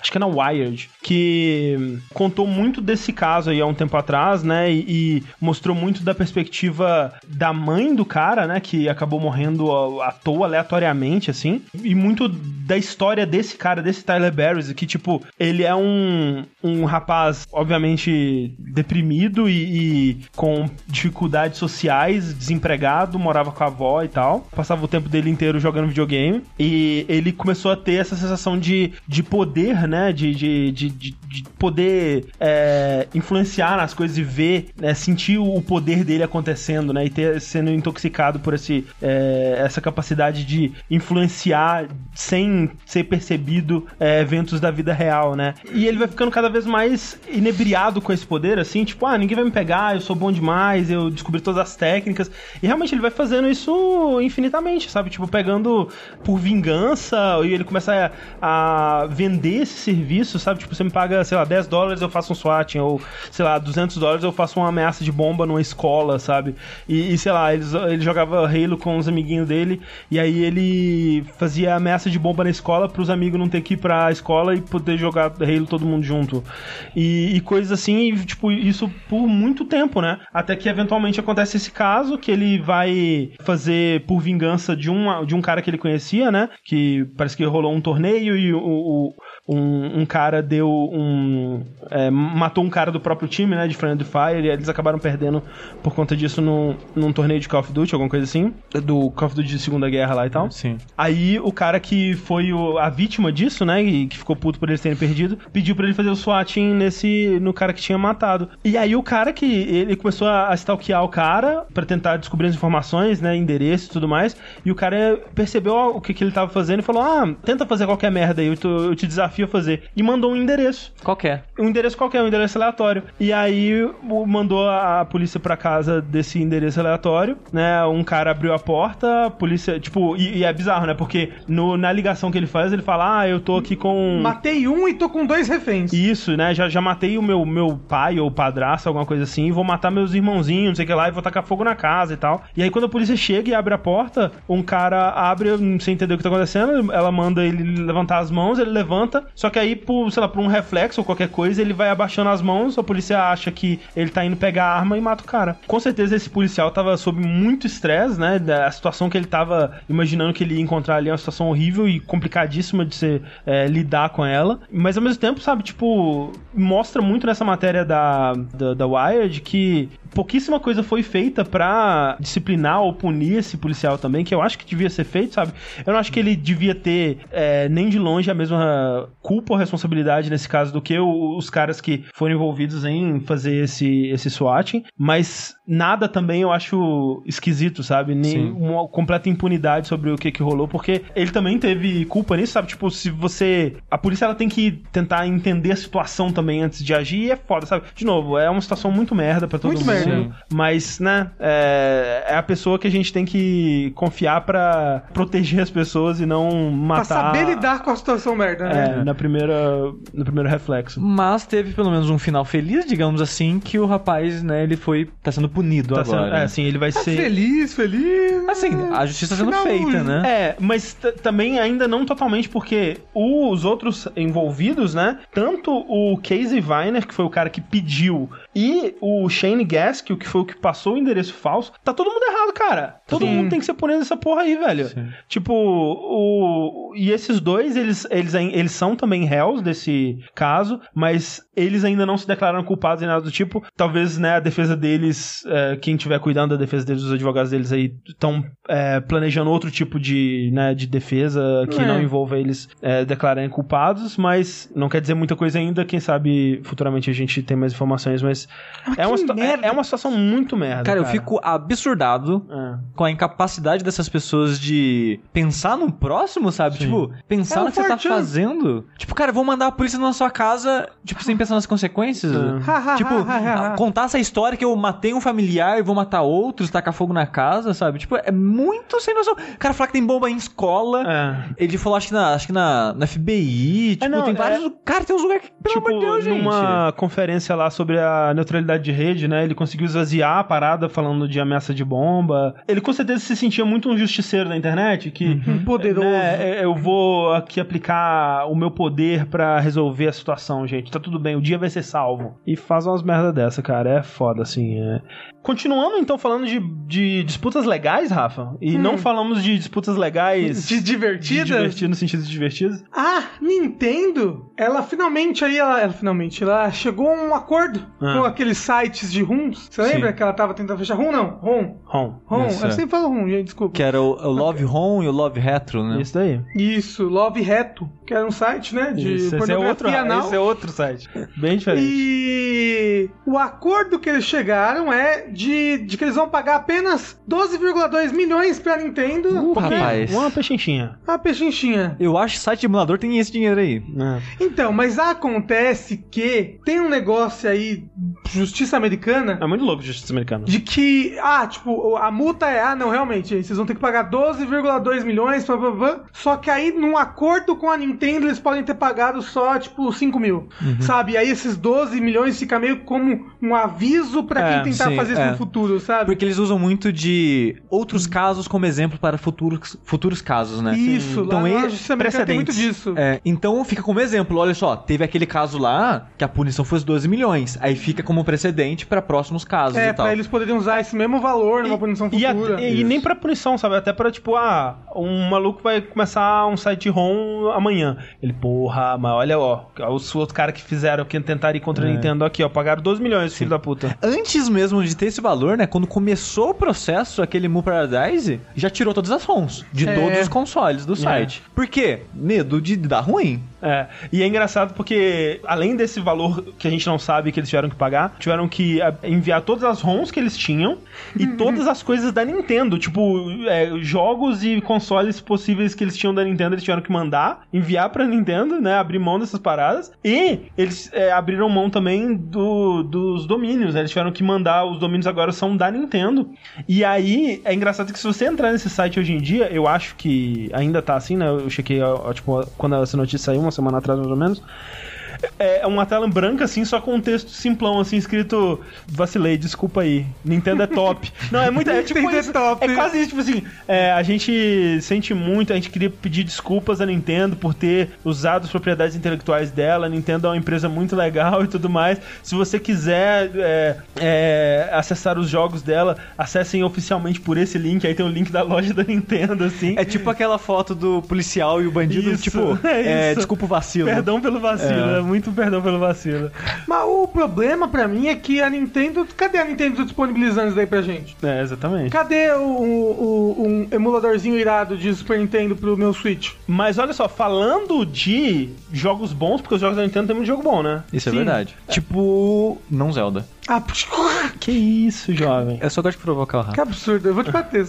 A: Acho que é na Wired, que contou muito desse caso aí há um tempo atrás, né? E, e mostrou muito da perspectiva da mãe do cara, né? Que acabou morrendo à, à toa, aleatoriamente, assim. E muito da história desse cara, desse Tyler Tyler Barris, que, tipo, ele é um, um rapaz, obviamente, deprimido e, e com dificuldades sociais, desempregado, morava com a avó e tal. Passava o tempo dele inteiro jogando videogame. E ele começou a ter essa sensação de, de poder, né? De, de, de, de- de poder é, influenciar nas coisas e ver, né? sentir o poder dele acontecendo, né? E ter, sendo intoxicado por esse, é, essa capacidade de influenciar sem ser percebido é, eventos da vida real, né? E ele vai ficando cada vez mais inebriado com esse poder, assim, tipo, ah, ninguém vai me pegar, eu sou bom demais, eu descobri todas as técnicas. E realmente ele vai fazendo isso infinitamente, sabe? Tipo, pegando por vingança, e ele começa a, a vender esse serviço, sabe? Tipo, você me paga, sei lá, 10 dólares, eu faço um swatting, ou, sei lá, 200 dólares, eu faço uma ameaça de bomba numa escola, sabe? E, e, sei lá, eles- ele jogava Halo com os amiguinhos dele, e aí ele fazia ameaça de bomba na escola pros amigos não ter que ir pra escola e poder jogar Halo todo mundo junto. E, e coisas assim, e, tipo, isso por muito tempo, né? Até que eventualmente acontece esse caso, que ele vai fazer por vingança de, uma, de um cara que ele conhecia, né? Que parece que rolou um torneio e o- o, um, um cara deu um. é, matou um cara do próprio time, né? De Friend Fire, e eles acabaram perdendo por conta disso num, num torneio de Call of Duty, alguma coisa assim. Do Call of Duty de Segunda Guerra lá e tal.
C: Sim.
A: Aí o cara que foi o- a vítima disso, né? E que ficou puto por eles terem perdido, pediu pra ele fazer o swatting nesse. no cara que tinha matado. E aí o cara que. ele começou a, a stalkear o cara pra tentar descobrir as informações, né? Endereço e tudo mais. E o cara percebeu o que, que ele tava fazendo e falou: Ah, tenta fazer qualquer merda aí, eu, tô- eu te desafio a fazer. E mandou um endereço
C: Qual que é?
A: um endereço qualquer, um endereço aleatório. E aí o- mandou a a polícia pra casa desse endereço aleatório, né? Um cara abriu a porta, a polícia, tipo, e, e é bizarro, né? Porque no, na ligação que ele faz, ele fala: "Ah, eu tô aqui com
B: Matei um e tô com dois reféns.
A: isso, né? Já, já matei o meu, meu pai ou padrasto, alguma coisa assim, e vou matar meus irmãozinhos, não sei o que lá, e vou tacar fogo na casa e tal. E aí, quando a polícia chega e abre a porta, um cara abre, sem entender o que tá acontecendo, ela manda ele levantar as mãos, ele levanta, só que aí, por, sei lá, por um reflexo ou qualquer coisa, ele vai abaixando as mãos, a polícia acha que ele tá indo pegar a arma e mata o cara. Com certeza, esse policial tava sob muito estresse, né? Da- A situação que ele tava imaginando que ele ia encontrar ali é uma situação horrível e complicadíssima de se é, lidar com ela. Mas ao mesmo tempo, sabe, tipo, mostra muito nessa matéria da, da, da Wired que pouquíssima coisa foi feita pra disciplinar ou punir esse policial também, que eu acho que devia ser feito, sabe? Eu não acho que ele devia ter é, nem de longe a mesma culpa ou responsabilidade nesse caso do que o- os caras que foram envolvidos em fazer esse, esse swatting, mas nada também eu acho esquisito, sabe? Nem
C: Sim.
A: uma completa impunidade sobre o que, que rolou, porque ele também teve culpa nisso, sabe? Tipo, se você. A polícia ela tem que tentar entender a situação também antes de agir e é foda, sabe? De novo, é uma situação muito merda pra todo
B: Muito
A: mundo.
B: merda.
C: Sim.
A: Mas, né, é, é a pessoa que a gente tem que confiar pra proteger as pessoas e não
B: Pra
A: matar.
B: saber lidar com a situação merda, né?
A: É, na primeira, no primeiro reflexo.
C: Mas teve pelo menos um final feliz, digamos assim, que o rapaz, né, ele foi. tá sendo punido
A: Tá sendo-
C: agora. né?
A: é, assim, ele vai
B: Tá
A: ser.
B: Feliz, feliz.
C: Assim, a justiça tá sendo
B: Final
C: feita,
B: luz.
C: né?
A: É, mas t- também ainda não totalmente, porque os outros envolvidos, né? Tanto o Casey Viner, que foi o cara que pediu, e o Shane Gaskill, que foi o que passou o endereço falso, tá todo mundo errado, cara. Todo
B: Sim.
A: mundo tem que ser punido nessa porra aí, velho.
C: é, Sim.
A: Tipo, o. E esses dois, eles, eles, ain- eles são também réus desse caso, mas eles ainda não se declararam culpados em nada do tipo. Talvez, né, a defesa deles, é, quem estiver cuidando da defesa deles, os advogados deles aí, estão planejando outro tipo de, né, de defesa que
B: É.
A: não envolva eles é, declararem culpados, mas não quer dizer muita coisa ainda. Quem sabe futuramente a gente tem mais informações, mas. É uma,
B: que
A: situa- é-
B: merda.
A: é uma situação muito merda.
C: Cara,
A: Cara,
C: eu fico absurdado
A: É.
C: com a incapacidade dessas pessoas de pensar no próximo, sabe?
A: Sim.
C: Tipo, pensar
B: É um
C: no que você tá
B: 4chan.
C: fazendo. Tipo, cara, eu vou mandar a polícia na sua casa, tipo, sem pensar nas consequências.
A: É.
C: Tipo,
A: ah.
B: tipo,
C: contar essa história que eu matei um familiar e vou matar outros, tacar fogo na casa, sabe? Tipo, é muito sem noção. Cara, falar que tem bomba em escola.
A: É.
C: Ele falou, acho que na, acho que na, na FBI, tipo,
A: não,
C: tem
A: é-
C: vários... Cara, tem uns lugares que, pelo
A: tipo,
C: amor de Deus, gente.
A: numa conferência lá sobre a a neutralidade de rede, né? Ele conseguiu esvaziar a parada falando de ameaça de bomba. Ele com certeza se sentia muito um justiceiro da internet, que
B: Poderoso.
A: né, é, eu vou aqui aplicar o meu poder pra resolver a situação, gente. Tá tudo bem, o dia vai ser salvo. E faz umas merda dessa, cara. É foda, assim. é. Continuando então falando de, de disputas legais, Rafa, e não falamos de disputas legais
B: De divertida?
A: Hum. de divertido no sentido de divertidas.
B: Ah, Nintendo, ela finalmente aí, ela, ela finalmente, ela chegou a um acordo
A: Ah.
B: com aqueles sites de rooms. Você lembra
A: Sim.
B: que ela tava tentando fechar ROM? Não, ROM.
A: Ron.
B: ROM,
C: Isso,
B: eu
C: é.
B: sempre falo ROM, gente, desculpa.
C: Que era o, o Love Home e o Love Retro, né?
A: Isso daí.
B: Isso, Love Reto, que era um site, né, de
A: é- Isso, esse, é
B: pornografia
A: outro,
B: anal.
A: esse é outro site. Bem diferente.
B: E o acordo que eles chegaram é de, de que eles vão pagar apenas 12,2 milhões pra Nintendo.
C: Uh,
B: porque-
C: rapaz.
A: Uma pechincha.
B: Ah, pechinchinha.
C: Eu acho que site de emulador tem esse dinheiro aí.
A: É.
B: Então, mas acontece que tem um negócio aí, justiça americana,
A: É muito louco justiça americana.
B: de que, ah, tipo, a multa é, ah, não, realmente, gente, vocês vão ter que pagar 12,2 milhões, blá, blá, blá. só que aí, num acordo com a Nintendo, eles podem ter pagado só, tipo, 5 mil,
C: Uhum.
B: sabe? E aí esses 12 milhões fica meio como um aviso pra
C: É,
B: quem tentar
C: sim,
B: fazer isso
C: é.
B: no futuro, sabe?
C: Porque eles usam muito de outros casos como exemplo para futuros, futuros casos, né?
B: Isso,
C: Então,
B: lá
C: e-
B: na justiça americana tem muito
C: precedentes.
B: disso.
C: É, então fica como exemplo, olha só, teve aquele caso lá que a punição fosse 12 milhões, aí fica como precedente pra próximos casos
B: É,
C: e tal.
B: pra eles poderem usar esse mesmo valor numa punição
A: E, a-
B: futura.
A: e- e nem pra punição, sabe? Até pra, tipo, ah, um maluco vai começar um site ROM amanhã. Ele, porra, mas olha, ó, é os outros caras que fizeram, que tentaram ir contra a Nintendo aqui, ó, pagaram 12 milhões, filho da puta.
C: Antes mesmo de ter esse valor, né, quando começou o processo, aquele Mu Paradise já tirou todas as ROMs de
B: É.
C: todos os consoles do site. Por quê? Medo de dar ruim.
A: É, e é engraçado porque, além desse valor que a gente não sabe que eles tiveram que pagar, tiveram que ah, enviar todas as ROMs que eles tinham e todas as coisas da Nintendo. Tipo, é, jogos e consoles possíveis que eles tinham da Nintendo, eles tiveram que mandar, enviar pra Nintendo, né? Abrir mão dessas paradas. E eles é, abriram mão também do- dos domínios, né? Eles tiveram que mandar, os domínios agora são da Nintendo. E aí, é engraçado que se você entrar nesse site hoje em dia, eu acho que ainda tá assim, né? Eu chequei, ó, ó, tipo, quando essa notícia saiu, uma semana atrás mais ou menos. É uma tela branca, assim, só com um texto simplão, assim, escrito vacilei, desculpa aí, Nintendo é top. Não, é muito, é tipo
B: Nintendo é
A: isso,
B: top.
A: é quase isso, tipo assim, é, a gente sente muito, a gente queria pedir desculpas à Nintendo por ter usado as propriedades intelectuais dela, a Nintendo é uma empresa muito legal e tudo mais, se você quiser é, é, acessar os jogos dela, acessem oficialmente por esse link, aí tem o link da loja da Nintendo, assim.
C: É tipo aquela foto do policial e o bandido,
A: Isso,
C: tipo,
A: é
C: é,
A: isso.
C: desculpa o vacilo.
A: Perdão pelo vacilo,
C: É.
A: é muito perdão pelo vacilo.
B: Mas o problema pra mim é que a Nintendo. Cadê a Nintendo disponibilizando isso daí pra gente?
A: É, exatamente.
B: Cadê o, o- o- um emuladorzinho irado de Super Nintendo pro meu Switch?
A: Mas olha só, falando de jogos bons, porque os jogos da Nintendo tem muito jogo bom, né?
C: Isso é
B: Sim.
C: verdade. Tipo, não Zelda.
B: Ah, puxa,
A: Que isso, jovem.
C: Eu só gosto de provocar o
B: que
C: Rafa.
B: absurdo, eu vou te bater.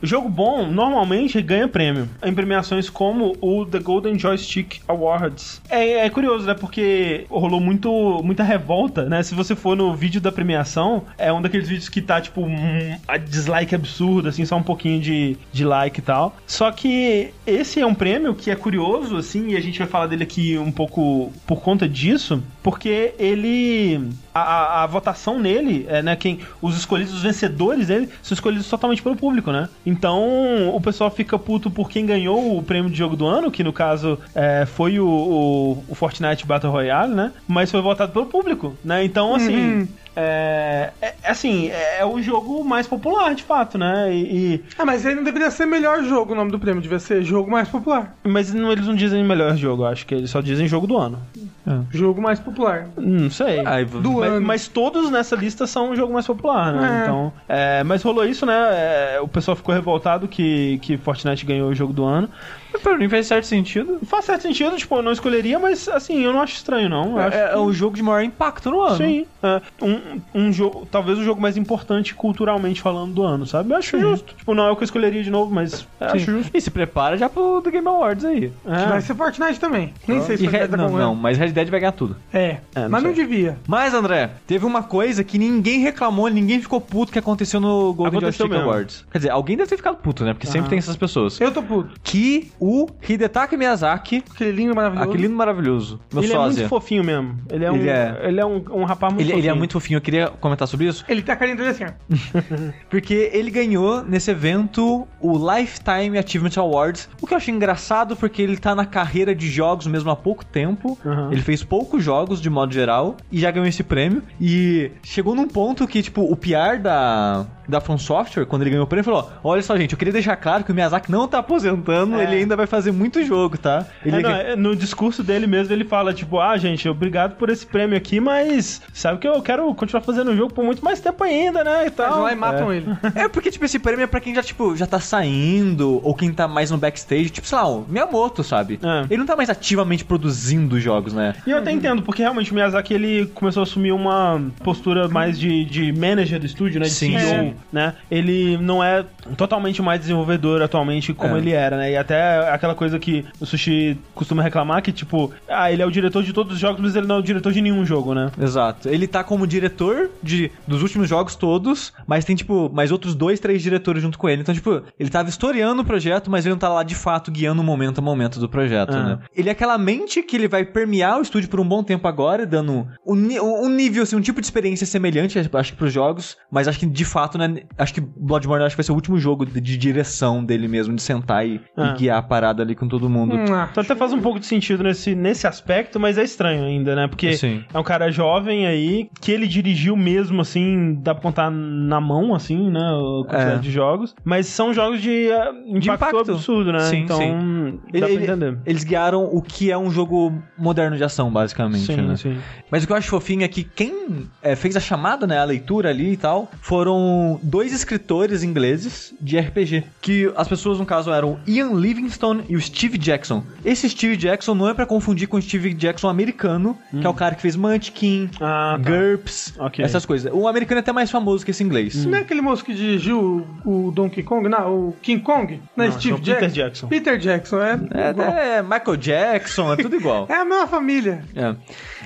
A: Jogo bom normalmente ganha prêmio em premiações como o The Golden Joystick Awards. É, é curioso, né? Porque rolou muito, muita revolta, né? Se você for no vídeo da premiação, é um daqueles vídeos que tá tipo um a dislike absurdo, assim, só um pouquinho de, de like e tal. Só que esse é um prêmio que é curioso, assim, e a gente vai falar dele aqui um pouco por conta disso, porque ele a, a- a votação nele, é, né, quem, os escolhidos, os vencedores dele, são escolhidos totalmente pelo público, né? Então o pessoal fica puto por quem ganhou o prêmio de jogo do ano, que no caso é, foi o, o- o Fortnite Battle Royale, né? Mas foi votado pelo público, né? Então, assim.
B: Uhum.
A: É, é- é assim, é o jogo mais popular, de fato, né? E,
B: Ah, mas aí não deveria ser melhor jogo o nome do prêmio, devia ser jogo mais popular.
A: e- mas não- eles não dizem melhor jogo, eu acho que eles só dizem jogo do ano.
B: Jogo mais popular.
A: Não sei.
C: Aí,
B: Do
A: Mas,
B: ano.
A: mas todos nessa lista são o jogo mais popular, né?
B: É.
A: Então, é, mas rolou isso, né? É, o pessoal ficou revoltado que, que Fortnite ganhou o jogo do ano.
C: pra mim faz certo sentido.
A: Faz certo sentido, tipo, eu não escolheria, mas assim, eu não acho estranho, não. Eu acho
C: É, é o jogo de maior impacto no ano.
A: Sim, é, um, um jogo, talvez o jogo mais importante culturalmente falando do ano, sabe? Eu acho justo. Tipo, não é o que eu escolheria de novo, mas eu acho
C: Sim.
A: justo.
C: E se prepara já pro The Game Awards aí.
B: Que Vai
A: É,
B: ser Fortnite também. Nem sei se
C: Ah. E Red-
B: Fortnite tá
C: não, não,
B: concorrendo.
C: mas Red Dead vai ganhar tudo.
B: É,
A: É, não
B: mas não
A: sei.
B: devia.
C: Mas, André, teve uma coisa que ninguém reclamou, ninguém ficou puto que aconteceu no Golden
A: Aconteceu
C: Joystick
A: mesmo.
C: Awards. Quer dizer, alguém deve ter ficado puto, né? Porque sempre tem essas pessoas.
B: Eu tô puto.
C: Que o o Hidetaka Miyazaki,
B: Aquele lindo maravilhoso.
C: aquele lindo maravilhoso, meu
A: Ele é
C: sósia.
A: muito fofinho mesmo. Ele é um,
C: Ele
A: ele
C: é-
A: é... um, um rapaz muito
C: ele,
A: fofinho.
C: ele é muito fofinho, eu queria comentar sobre isso,
B: Ele tá caindo dele assim, ó.
C: porque ele ganhou nesse evento o Lifetime Achievement Awards, o que eu achei engraçado porque ele tá na carreira de jogos mesmo há pouco tempo.
A: Aham.
C: Ele fez poucos jogos de modo geral e já ganhou esse prêmio. E chegou num ponto que, tipo, o PR da, da From Software, quando ele ganhou o prêmio, falou: Olha só, gente, eu queria deixar claro que o Miyazaki não tá aposentando,
A: É.
C: ele ainda vai fazer muito jogo, tá? Ele
A: É, não, é, no discurso dele mesmo, ele fala, tipo, ah, gente, obrigado por esse prêmio aqui, mas sabe que eu quero continuar fazendo o jogo por muito mais tempo ainda, né? E
B: Eles
A: tal.
B: vão lá e matam ele.
C: É porque, tipo, esse prêmio é pra quem já, tipo, já tá saindo, ou quem tá mais no backstage, tipo, sei lá, o Miyamoto, sabe?
A: É.
C: Ele não tá mais ativamente produzindo jogos, né?
A: E eu até entendo, porque realmente o Miyazaki ele começou a assumir uma postura mais de, de manager do estúdio, né? De
C: Sim,
A: CEO,
C: sim.
A: né? Ele não é totalmente mais desenvolvedor atualmente como
C: É.
A: ele era, né? E até aquela coisa que o Sushi costuma reclamar, que tipo, ah, ele é o diretor de todos os jogos, mas ele não é o diretor de nenhum jogo, né?
C: Exato. Ele tá como diretor de, dos últimos jogos todos, mas tem, tipo, mais outros dois, três diretores junto com ele. Então, tipo, ele tava historiando o projeto, mas ele não tá lá de fato guiando o momento a momento do projeto,
A: Ah.
C: né? Ele é aquela mente que ele vai permear o estúdio por um bom tempo agora, dando um, ni- um nível, assim, um tipo de experiência semelhante, acho que pros jogos, mas acho que de fato, né? Acho que Bloodborne acho que vai ser o último jogo de, de direção dele mesmo, de sentar e, e
A: Ah.
C: guiar a parada ali com todo mundo.
B: Hum, ah.
A: Então até faz um pouco de sentido nesse, nesse aspecto, mas é estranho ainda, né? Porque
C: Sim.
A: é um cara jovem aí, que ele dirigiu mesmo, assim, dá pra contar na mão, assim, né? A quantidade
C: É.
A: de jogos. Mas são jogos de, eh, impacto,
C: impacto.
A: absurdo, né?
C: Sim,
A: então, dá pra
C: Ele- ele-
A: entender.
C: Eles guiaram o que é um jogo moderno de ação, basicamente, né?
A: sim.
C: Mas o que eu acho fofinho é que quem é, fez a chamada, né, a leitura ali e tal, foram dois escritores ingleses de RPG. Que as pessoas, no caso, eram Ian Livingstone e o Steve Jackson. Esse Steve Jackson não é pra confundir com o Steve Jackson americano, que é o cara que fez Munchkin,
A: Ah, tá.
C: GURPS,
A: Ok.
C: essas coisas. O americano é até mais famoso que esse inglês.
B: Não é aquele moço que dirigiu o o Donkey Kong? Não, o King Kong? Não, é
A: Não,
B: Steve
A: esse é o
B: Jackson?
A: Peter Jackson.
B: Peter Jackson, é.
C: É,
B: igual.
C: é Michael Jackson, é tudo igual.
B: É a mesma família.
C: É.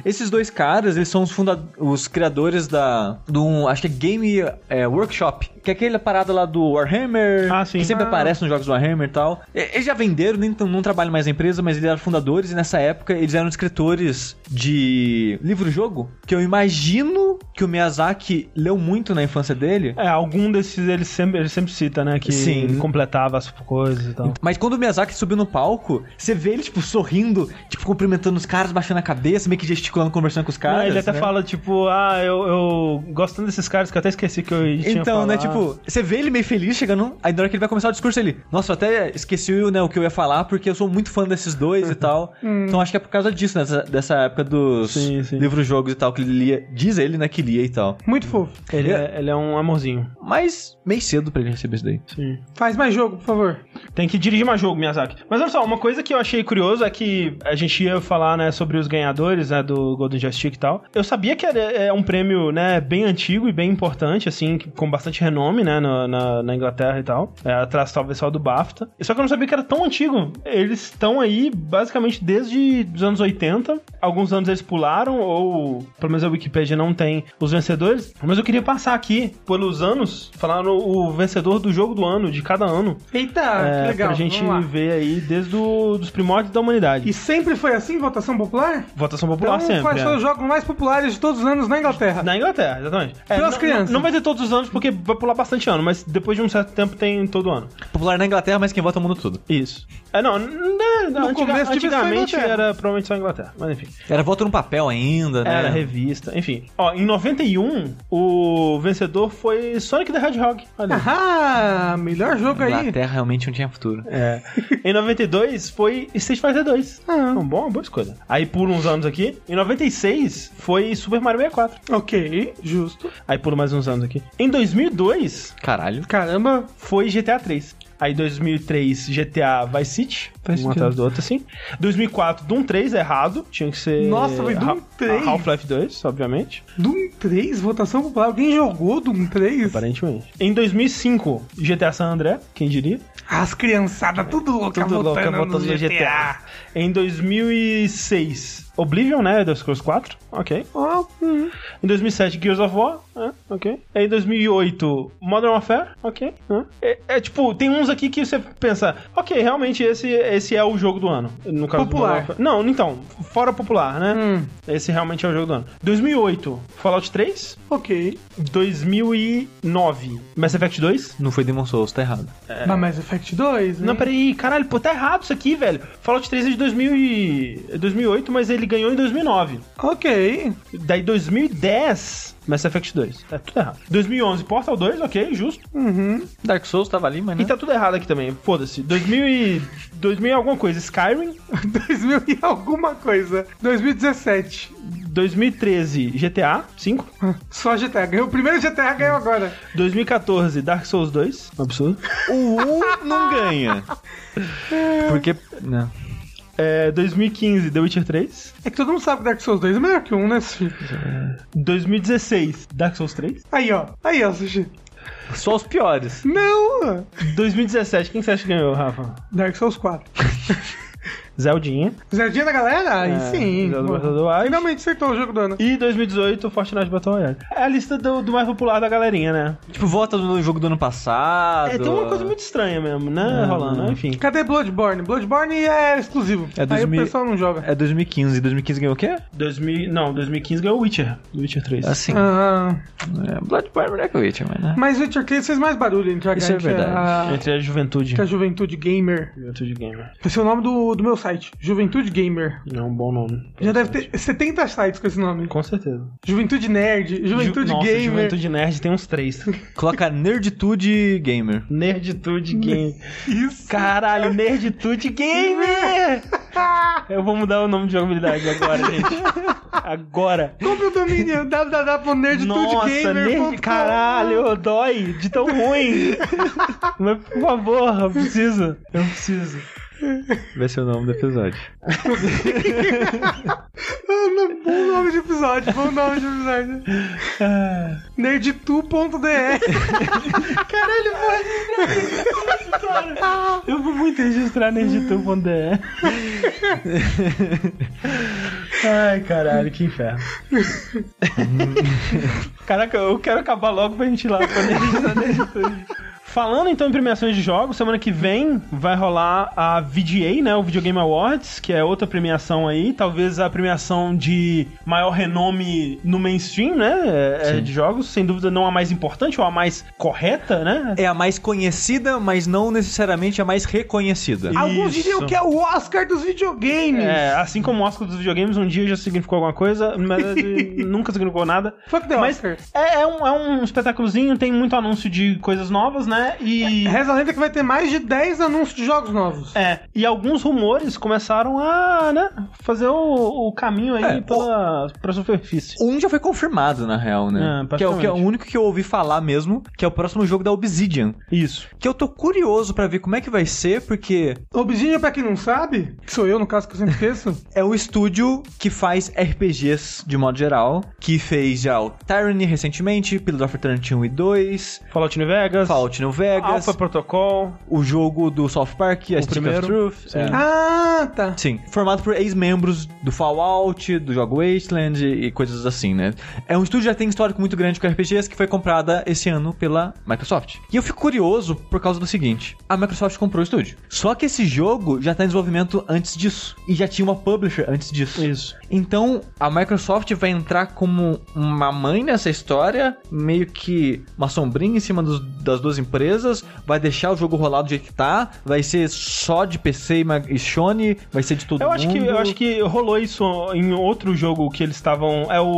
C: Esses dois caras, eles são os, funda os criadores da. De um, acho que é Game é, Workshop. Que é aquela parada lá do Warhammer.
A: Ah, sim.
C: Que sempre
A: Ah.
C: aparece nos jogos do Warhammer e tal. E- Eles já venderam, nem tão- não trabalham mais na empresa, mas eles eram fundadores e nessa época eles eram escritores de livro-jogo. Que eu imagino que o Miyazaki leu muito na infância dele.
A: É, algum desses ele sempre, ele sempre cita, né? Que
C: Sim. Então,
A: ele completava as coisas e tal.
C: Mas quando o Miyazaki subiu no palco, você vê ele, tipo, sorrindo, tipo, cumprimentando os caras, baixando a cabeça, meio que gesticulando, conversando com os caras.
A: Não, É, ele até
C: né?
A: fala, tipo, ah, eu, eu gostando desses caras que eu até esqueci que eu tinha
C: Então, né,
A: falado.
C: tipo, você vê ele meio feliz chegando, aí na hora que ele vai começar o discurso, ele, nossa, eu até esqueci né, o que eu ia falar, porque eu sou muito fã desses dois e tal. Então acho que é por causa disso, né, dessa, dessa época dos
A: Hum. Sim, sim.
C: livros-jogos e tal, que ele lia, diz ele, né, que lia e tal.
B: Muito fofo.
A: Ele é, ele é um amorzinho.
C: Mas meio cedo pra ele receber isso daí.
A: Sim.
B: Faz mais jogo, por favor.
A: Tem que dirigir mais jogo, Miyazaki. Mas olha só, uma coisa que eu achei curioso é que a gente ia falar, né, sobre os ganhadores, né, do Golden Joystick e tal. Eu sabia que era é um prêmio, né, bem antigo e bem importante, assim, que- com bastante renome, né, na, na- na Inglaterra e tal. É, atrás, talvez, só do BAFTA. Só que eu não sabia que era tão antigo. Eles estão aí, basicamente, desde os anos 80. Alguns anos eles pularam, ou pelo menos a Wikipedia não tem os vencedores. Mas eu queria passar aqui, pelos anos, falando o vencedor do jogo do ano, de cada ano.
B: Eita,
A: É,
B: Ah, que legal.
A: pra gente
B: Vamos lá.
A: ver aí desde os primórdios da humanidade.
B: E sempre foi assim, votação popular?
A: Votação popular
B: Então,
A: Ah, sempre.
B: quais
A: é.
B: foram os jogos mais populares de todos os anos na Inglaterra?
A: Na Inglaterra, exatamente. É,
B: Pelas
A: não-
B: crianças.
A: Não, não vai ter todos os anos, porque vai pular bastante ano, mas depois de um certo tempo tem todo ano.
C: Popular na Inglaterra, mas quem vota é o mundo todo.
A: Isso. É, não, n- né, antiga-
B: começo devia ser só
A: antigamente
B: Inglaterra. É.
A: era provavelmente só Inglaterra, mas enfim.
C: Era voto no papel ainda, né?
A: Era revista, enfim. Ó, em 91, o vencedor foi Sonic the Hedgehog. Olha aí.
B: Ah, melhor jogo aí.
C: Inglaterra realmente não tinha futuro.
A: É. Em 92 foi Street Fighter 2.
B: Ah.
A: Uma boa, uma boa escolha. Aí pula uns anos aqui. Em 96 foi Super Mario 64.
B: Ok, justo.
A: Aí pulo mais uns anos aqui. Em 2002
C: Caralho.
B: Caramba,
A: foi GTA 3. Aí 2003 GTA Vice City,
C: Faz
A: um
C: sentido.
A: atrás do outro assim. 2004 Doom 3 errado, tinha que ser
B: Nossa, foi Doom
A: Ha-
B: 3?
A: Half-Life 2, obviamente,
B: Doom 3, votação popular. Alguém jogou Doom 3?
A: aparentemente. Em 2005 GTA San André, quem diria?
B: As criançadas, tudo louca,
A: Tudo louca,
B: votando
A: botando
B: Tá no GTA.
A: Em 2006 Oblivion, né, Elder Scrolls 4, OK.
B: Ó, hum.
A: Em 2007, Gears of War, né? ok. Em 2008, Modern Warfare, ok. né? É, é, tipo, tem uns aqui que você pensa, ok, realmente esse, esse é o jogo do ano. No caso do
B: Popular.
A: Modern Warfare- Não, então, fora popular, né?
B: Hum.
A: Esse realmente é o jogo do ano. 2008, Fallout 3.
B: Ok.
A: 2009, Mass Effect 2.
C: Não foi Demon Souls, tá errado.
B: Mas Mass Effect 2? hein?
A: É. Não, peraí, caralho, pô, tá errado isso aqui, velho. Fallout 3 é de 2000 e- é 2008, mas ele ganhou em 2009.
B: Ok.
A: Daí 2010, Mass Effect 2. Tá tudo errado. 2011, Portal 2, ok, justo.
B: Uhum.
C: Dark Souls tava ali, mas né?
A: E
C: não.
A: tá tudo errado aqui também, foda-se. 2000 e... 2000 e alguma coisa, Skyrim.
B: 2000 e alguma coisa. 2017.
A: 2013, GTA 5.
B: Só GTA. Ganhou o primeiro GTA, ganhou agora.
A: 2014, Dark Souls 2. Absurdo.
C: O 1 não ganha. Porque. né, Não.
A: É, 2015, The Witcher 3.
B: É que todo mundo sabe que Dark Souls 2 é melhor que um, né, Sushi?
A: 2016, Dark Souls 3.
B: Aí, ó. Aí, ó, Sushi.
C: Só os piores.
B: Não!
A: 2017, quem você acha que ganhou, Rafa?
B: Dark Souls 4.
A: Zeldinha.
B: Zerdinha da galera? Aí
A: É,
B: sim.
A: Zelda
B: pô.
A: Breath of the Wild.
B: Finalmente acertou o jogo do ano.
A: E 2018, Fortnite Battle Royale. É a lista do, do mais popular da galerinha, né?
C: Tipo, vota no jogo do ano passado.
A: É, tem uma coisa muito estranha mesmo, né,
C: É,
A: rolando.
C: né?
A: Enfim.
B: Cadê Bloodborne? Bloodborne é exclusivo.
C: É
B: Aí
C: 2000
B: o pessoal não joga.
C: É 2015. 2015 ganhou o quê?
A: 2000, não, 2015 ganhou o Witcher. do Witcher 3.
C: Assim.
B: Ah,
C: É, Bloodborne Black Witch, mas né?
B: mas Witcher 3 fez mais barulho entre a,
C: Isso é
B: entre a-
C: verdade.
A: Entre a juventude.
B: que a Juventude Gamer.
A: Juventude Gamer.
B: Esse é o nome do, do meu site. Juventude Gamer.
A: É um bom nome.
B: Já deve ter 70 sites com esse nome.
A: Com certeza.
B: Juventude Nerd, Juventude
A: Ju- Nossa,
B: Gamer.
A: Juventude Nerd tem uns três.
C: Coloca Nerditude Gamer.
A: Nerditude Gamer.
B: Isso.
A: Caralho, Nerditude Gamer! Eu vou mudar o nome de jogabilidade agora, gente. Agora.
B: Compre é o domínio
A: Nossa,
B: www.nerditudegamer.com
A: nerd, caralho, dói de tão ruim. Mas, por favor, eu preciso. Eu preciso.
C: Vai ser o nome do episódio.
B: Ah, não, Bom nome de episódio, bom nome de episódio. Ah. Nerditu.de Caralho, mano.
A: Eu vou muito registrar nerditool.de. Ai, caralho, que inferno. Caraca, eu quero acabar logo pra gente ir lá pra registrar nerditude. Falando então em premiações de jogos, semana que vem vai rolar a VGA, né, o Video Game Awards, que é outra premiação aí, talvez a premiação de maior renome no mainstream, né, é, é, de jogos, sem dúvida não a mais importante ou a mais correta, né?
C: É a mais conhecida, mas não necessariamente a mais reconhecida.
B: Alguns
A: Isso.
B: diriam que é o Oscar dos videogames.
A: É, assim como o Oscar dos videogames um dia já significou alguma coisa, mas eh, nunca significou nada.
B: Fuck the
A: Mas
B: Oscar.
A: é, é um, é um espetáculozinho, tem muito anúncio de coisas novas, né? E.
B: Reza a lenda que vai ter mais de 10 anúncios de jogos novos.
A: É, e alguns rumores começaram a, né, fazer o, o caminho aí
C: É,
A: pela, pra superfície.
C: Um já foi confirmado, na real, né?
A: É,
C: que, é o, que é o único que eu ouvi falar mesmo, que é o próximo jogo da Obsidian.
A: Isso.
C: Que eu tô curioso pra ver como é que vai ser, porque
B: Obsidian, pra quem não sabe, que sou eu no caso que eu sempre esqueço,
C: é um estúdio que faz RPGs de modo geral, que fez já o Tyranny recentemente, Pilot of Eternity 1 e 2,
A: Fallout New Vegas.
C: Fallout New Vegas,
A: Alpha Protocol.
C: o jogo do South Park, a
A: O
C: Stick
A: primeiro,
C: of Truth.
A: sim.
C: é.
B: Ah, tá.
C: Sim, formado por ex-membros do Fallout, do jogo Wasteland e e coisas assim, né? É um estúdio que já tem histórico muito grande com RPGs que foi comprada esse ano pela Microsoft. E eu fico curioso por causa do seguinte: a Microsoft comprou o estúdio. Só que esse jogo já tá em desenvolvimento antes disso. E já tinha uma publisher antes disso.
A: Isso.
C: Então a Microsoft vai entrar como uma mãe nessa história, meio que uma sombrinha em cima dos- das duas empresas, vai deixar o jogo rolar do jeito que tá, vai ser só de PC e ma- e Sony, vai ser de todo
A: Eu
C: mundo.
A: acho, que, eu acho que rolou isso em outro jogo que eles estavam. É o.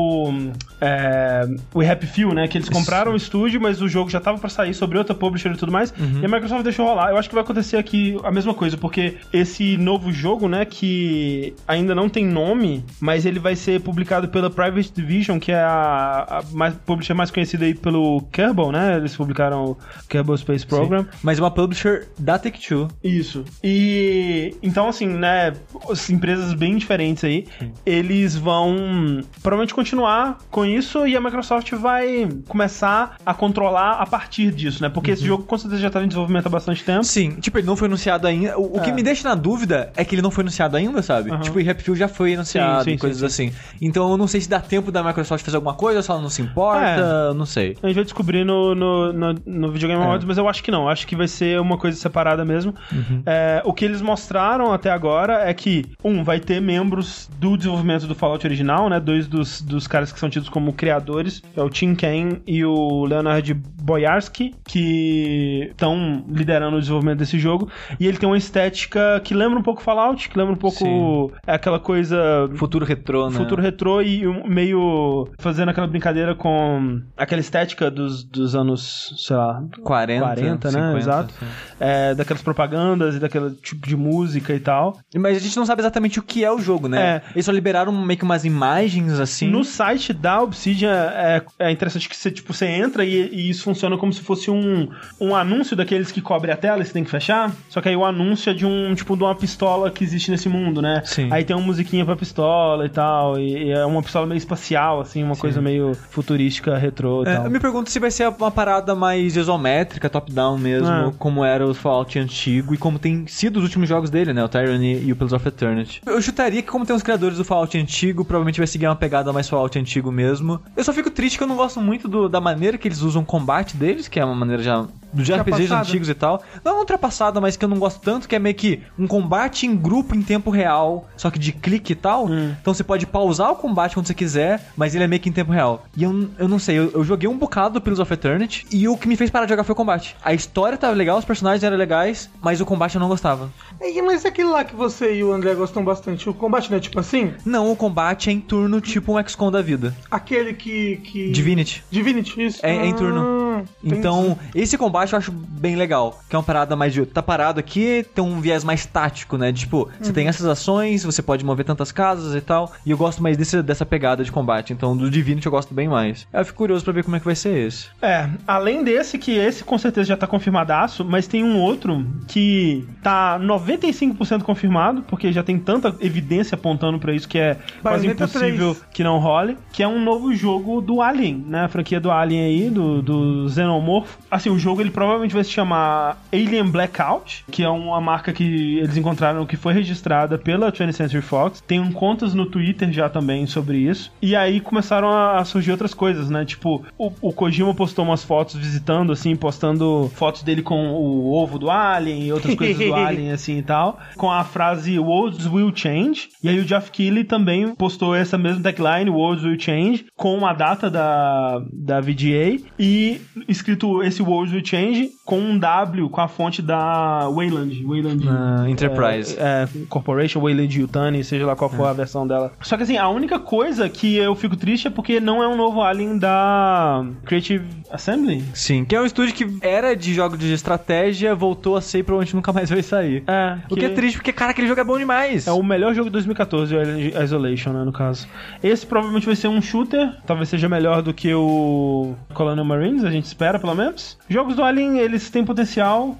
A: É, o Happy Few, né? Que eles compraram o estúdio, mas o jogo já tava pra sair sobre outra publisher e tudo mais.
C: Uhum.
A: E a Microsoft deixou rolar. Eu acho que vai acontecer aqui a mesma coisa, porque esse novo jogo, né? Que ainda não tem nome, mas ele vai ser publicado pela Private Division, que é a, a mais, publisher mais conhecida aí pelo Kerbal, né? Eles publicaram o Kerbal Space Program.
C: Mas uma publisher da Take-Two.
A: Isso. E então, assim, né? as Empresas bem diferentes aí, eles vão provavelmente continuar com isso e a Microsoft vai começar a controlar a partir disso, né? Porque esse jogo com certeza já estava em desenvolvimento há bastante tempo.
C: Sim, tipo, ele não foi anunciado ainda. O, o que
A: É.
C: me deixa na dúvida é que ele não foi anunciado ainda, sabe?
A: Aham.
C: Tipo, e Rapfield já foi anunciado,
A: Sim, sim,
C: coisas assim. Então eu não sei se dá tempo da Microsoft fazer alguma coisa, se ela não se
A: É.
C: importa, não sei.
A: A gente vai descobrir no, no, no, no Videogame
C: É.
A: Awards, mas eu acho que não. Acho que vai ser uma coisa separada mesmo.
C: Uhum.
A: É, o que eles mostraram até agora é que, um, vai ter membros do desenvolvimento do Fallout original, né? Dois dos, dos caras que são tidos como criadores, que é o Tim Kaine e o Leonard Boyarsky, que estão liderando o desenvolvimento desse jogo. E ele tem uma estética que lembra um pouco Fallout, que lembra um pouco
C: Sim.
A: aquela coisa
C: Futuro retrô, né?
A: Futuro retrô e um- meio fazendo aquela brincadeira com aquela estética dos, dos anos, sei lá,
C: 40,
A: 40, né?
C: 50,
A: Exato.
C: assim.
A: é, daquelas propagandas e daquele tipo de música e tal.
C: Mas a gente não sabe exatamente o que é o jogo, né?
A: É.
C: Eles só liberaram meio que umas imagens assim.
A: No site da Obsidian é, é interessante que você, tipo, você entra e, e isso funciona como se fosse um, um anúncio daqueles que cobre a tela e você tem que fechar. Só que aí o anúncio é de um tipo de uma pistola que existe nesse mundo, né?
C: Sim.
A: Aí tem uma musiquinha pra pistola e tal. E, e é uma pistola meio espacial, assim, uma coisa meio futurística, retrô e
C: É,
A: tal.
C: eu me pergunto se vai ser uma parada mais isométrica, top-down mesmo,
A: É.
C: como era o Fallout antigo e como tem sido os últimos jogos dele, né? O Tyranny e o Pillars of Eternity. Eu chutaria que, como tem os criadores do Fallout antigo, provavelmente vai seguir uma pegada mais Fallout antigo mesmo. Eu só fico triste que eu não gosto muito do- da maneira que eles usam o combate deles, que é uma maneira já. Dos RPGs
B: Ultrapassada.
C: antigos e tal. Não é ultrapassada, mas que eu não gosto tanto, que é meio que um combate em grupo em tempo real, só que de clique e tal. Então você pode pausar o combate quando você quiser, mas ele é meio que em tempo real. E eu, eu não sei, eu, eu joguei um bocado Pillars of Eternity e o que me fez parar de jogar foi o combate. A história tava legal, os personagens eram legais, mas o combate eu não gostava.
B: É, mas é aquele lá que você e o André gostam bastante. O combate não é tipo assim?
C: Não, o combate é em turno tipo um XCOM da vida.
B: Aquele que. que...
C: Divinity.
B: Divinity, isso.
C: É- é em turno.
B: Ah,
C: Então, esse combate eu acho bem legal. Que é uma parada mais de. Tá parado aqui, tem um viés mais tático, né? Tipo, você
A: Uhum.
C: tem essas ações, você pode mover tantas casas e tal. E eu gosto mais desse, dessa pegada de combate. Então, do Divinity eu gosto bem mais. Eu fico curioso pra ver como é que vai ser esse.
A: É, além desse, que esse com certeza já tá confirmadaço, mas tem um outro que tá 95% confirmado, porque já tem tanta evidência apontando pra isso que é quase
B: Bayonetta
A: impossível que não role, que é um novo jogo do Alien, né? A franquia do Alien aí, do, do Xenomorph. Assim, o jogo ele provavelmente vai se chamar Alien Blackout, que é uma marca que eles encontraram que foi registrada pela 20th Century Fox. Tem um contas no Twitter já também sobre isso. E aí começaram a a surgir outras coisas, né? Tipo, o, o Kojima postou umas fotos visitando, assim, postando fotos dele com o ovo do Alien e outras coisas do Alien, assim e tal. Com a frase Worlds Will Change. E aí o Jeff Keighley também postou essa mesma tagline, Worlds Will Change, com a data da, da VGA. E escrito esse Worlds Will Change com um W, com a fonte da Wayland. Wayland
C: Ah, Enterprise. É.
A: é, Corporation, Wayland Yutani, seja lá qual for a versão dela. Só que assim, a única coisa que eu fico triste é porque não é um novo Alien da Creative Assembly.
C: Sim, que é um estúdio que era de jogo de estratégia, voltou a ser e provavelmente nunca mais vai sair.
A: É,
C: O que é triste, porque, cara, aquele jogo é bom demais.
A: É o melhor jogo de 2014, o Alien Isolation, né, no caso. Esse provavelmente vai ser um shooter, talvez seja melhor do que o Colonial Marines, a gente espera, pelo menos. Jogos do Alien, eles têm potencial,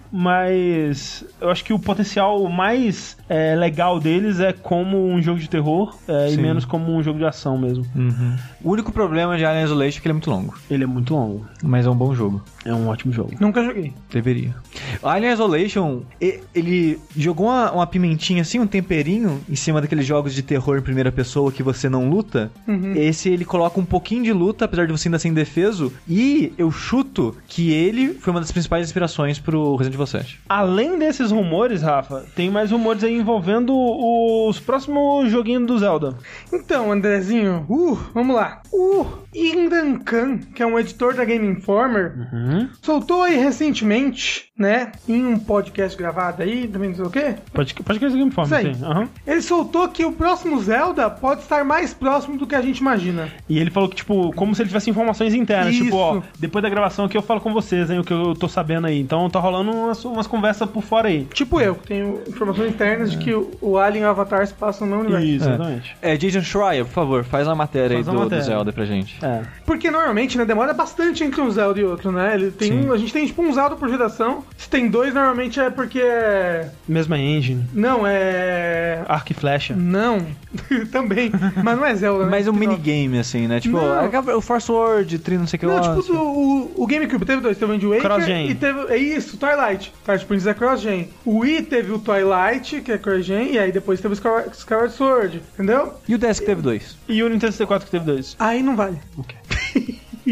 A: mas eu acho que o potencial mais é, legal deles é como um jogo de terror é, e
C: Sim.
A: menos como um jogo de ação mesmo.
C: Uhum. O único problema de Alien Isolation é que ele é muito longo,
A: Ele é muito longo.
C: mas é um bom jogo.
A: É um ótimo jogo.
B: Nunca joguei.
C: Deveria. O Alien Isolation, e- ele jogou uma, uma pimentinha assim, um temperinho, em cima daqueles jogos de terror em primeira pessoa que você não luta.
B: Uhum.
C: Esse ele coloca um pouquinho de luta, apesar de você ainda ser indefeso. E eu chuto que ele foi uma das principais inspirações pro Resident Evil 7.
A: Além desses rumores, Rafa, tem mais rumores aí envolvendo os próximos joguinhos do Zelda.
B: Então, Andrezinho, uh, vamos lá. O Indan Khan, que é um editor da Game Informer,
C: Hum.
A: Uhum.
B: soltou aí recentemente, né, em um podcast gravado aí, também não sei o quê,
A: Pode, pode que me informe,
B: Sei.
A: sim. Aham.
B: ele soltou que o próximo Zelda pode estar mais próximo do que a gente imagina.
A: E ele falou que, tipo, como se ele tivesse informações internas.
B: Isso.
A: Tipo, ó, depois da gravação aqui eu falo com vocês, hein, o que eu tô sabendo aí. Então tá rolando umas, umas conversas por fora aí.
B: Tipo eu, que tenho informações internas de que o o Alien e o Avatar se passam no meu universo.
A: Isso, exatamente.
C: É, Jason Schreier, por favor, faz uma matéria
A: Faz
C: aí
A: uma
C: do,
A: matéria.
C: do Zelda pra gente.
A: É.
B: Porque normalmente, né, demora bastante entre um Zelda e outro, né? Ele tem
C: Sim.
B: um- a gente tem tipo um Zelda por geração. Se tem dois, normalmente é porque é.
A: Mesma engine,
B: Não, é.
A: arco e flecha.
B: Não. Também. Mas não é Zelda, né?
C: Mas um
B: Não.
C: minigame, assim, né? Tipo,
B: Não.
C: acaba- o Force Word, Tri, não sei o que
B: Não,
C: lá. assim.
B: tipo, do- o, o GameCube teve dois, teve o Wind Waker
A: Cross-gen.
B: e teve... É isso, Twilight. Twilight Princess é cross-gen. O Wii teve o Twilight, que é cross-gen, e aí depois teve o Scar- Skyward Sword, entendeu?
C: E o DS que teve dois.
A: E o Nintendo 64 que teve dois.
B: Aí não vale.
A: Ok.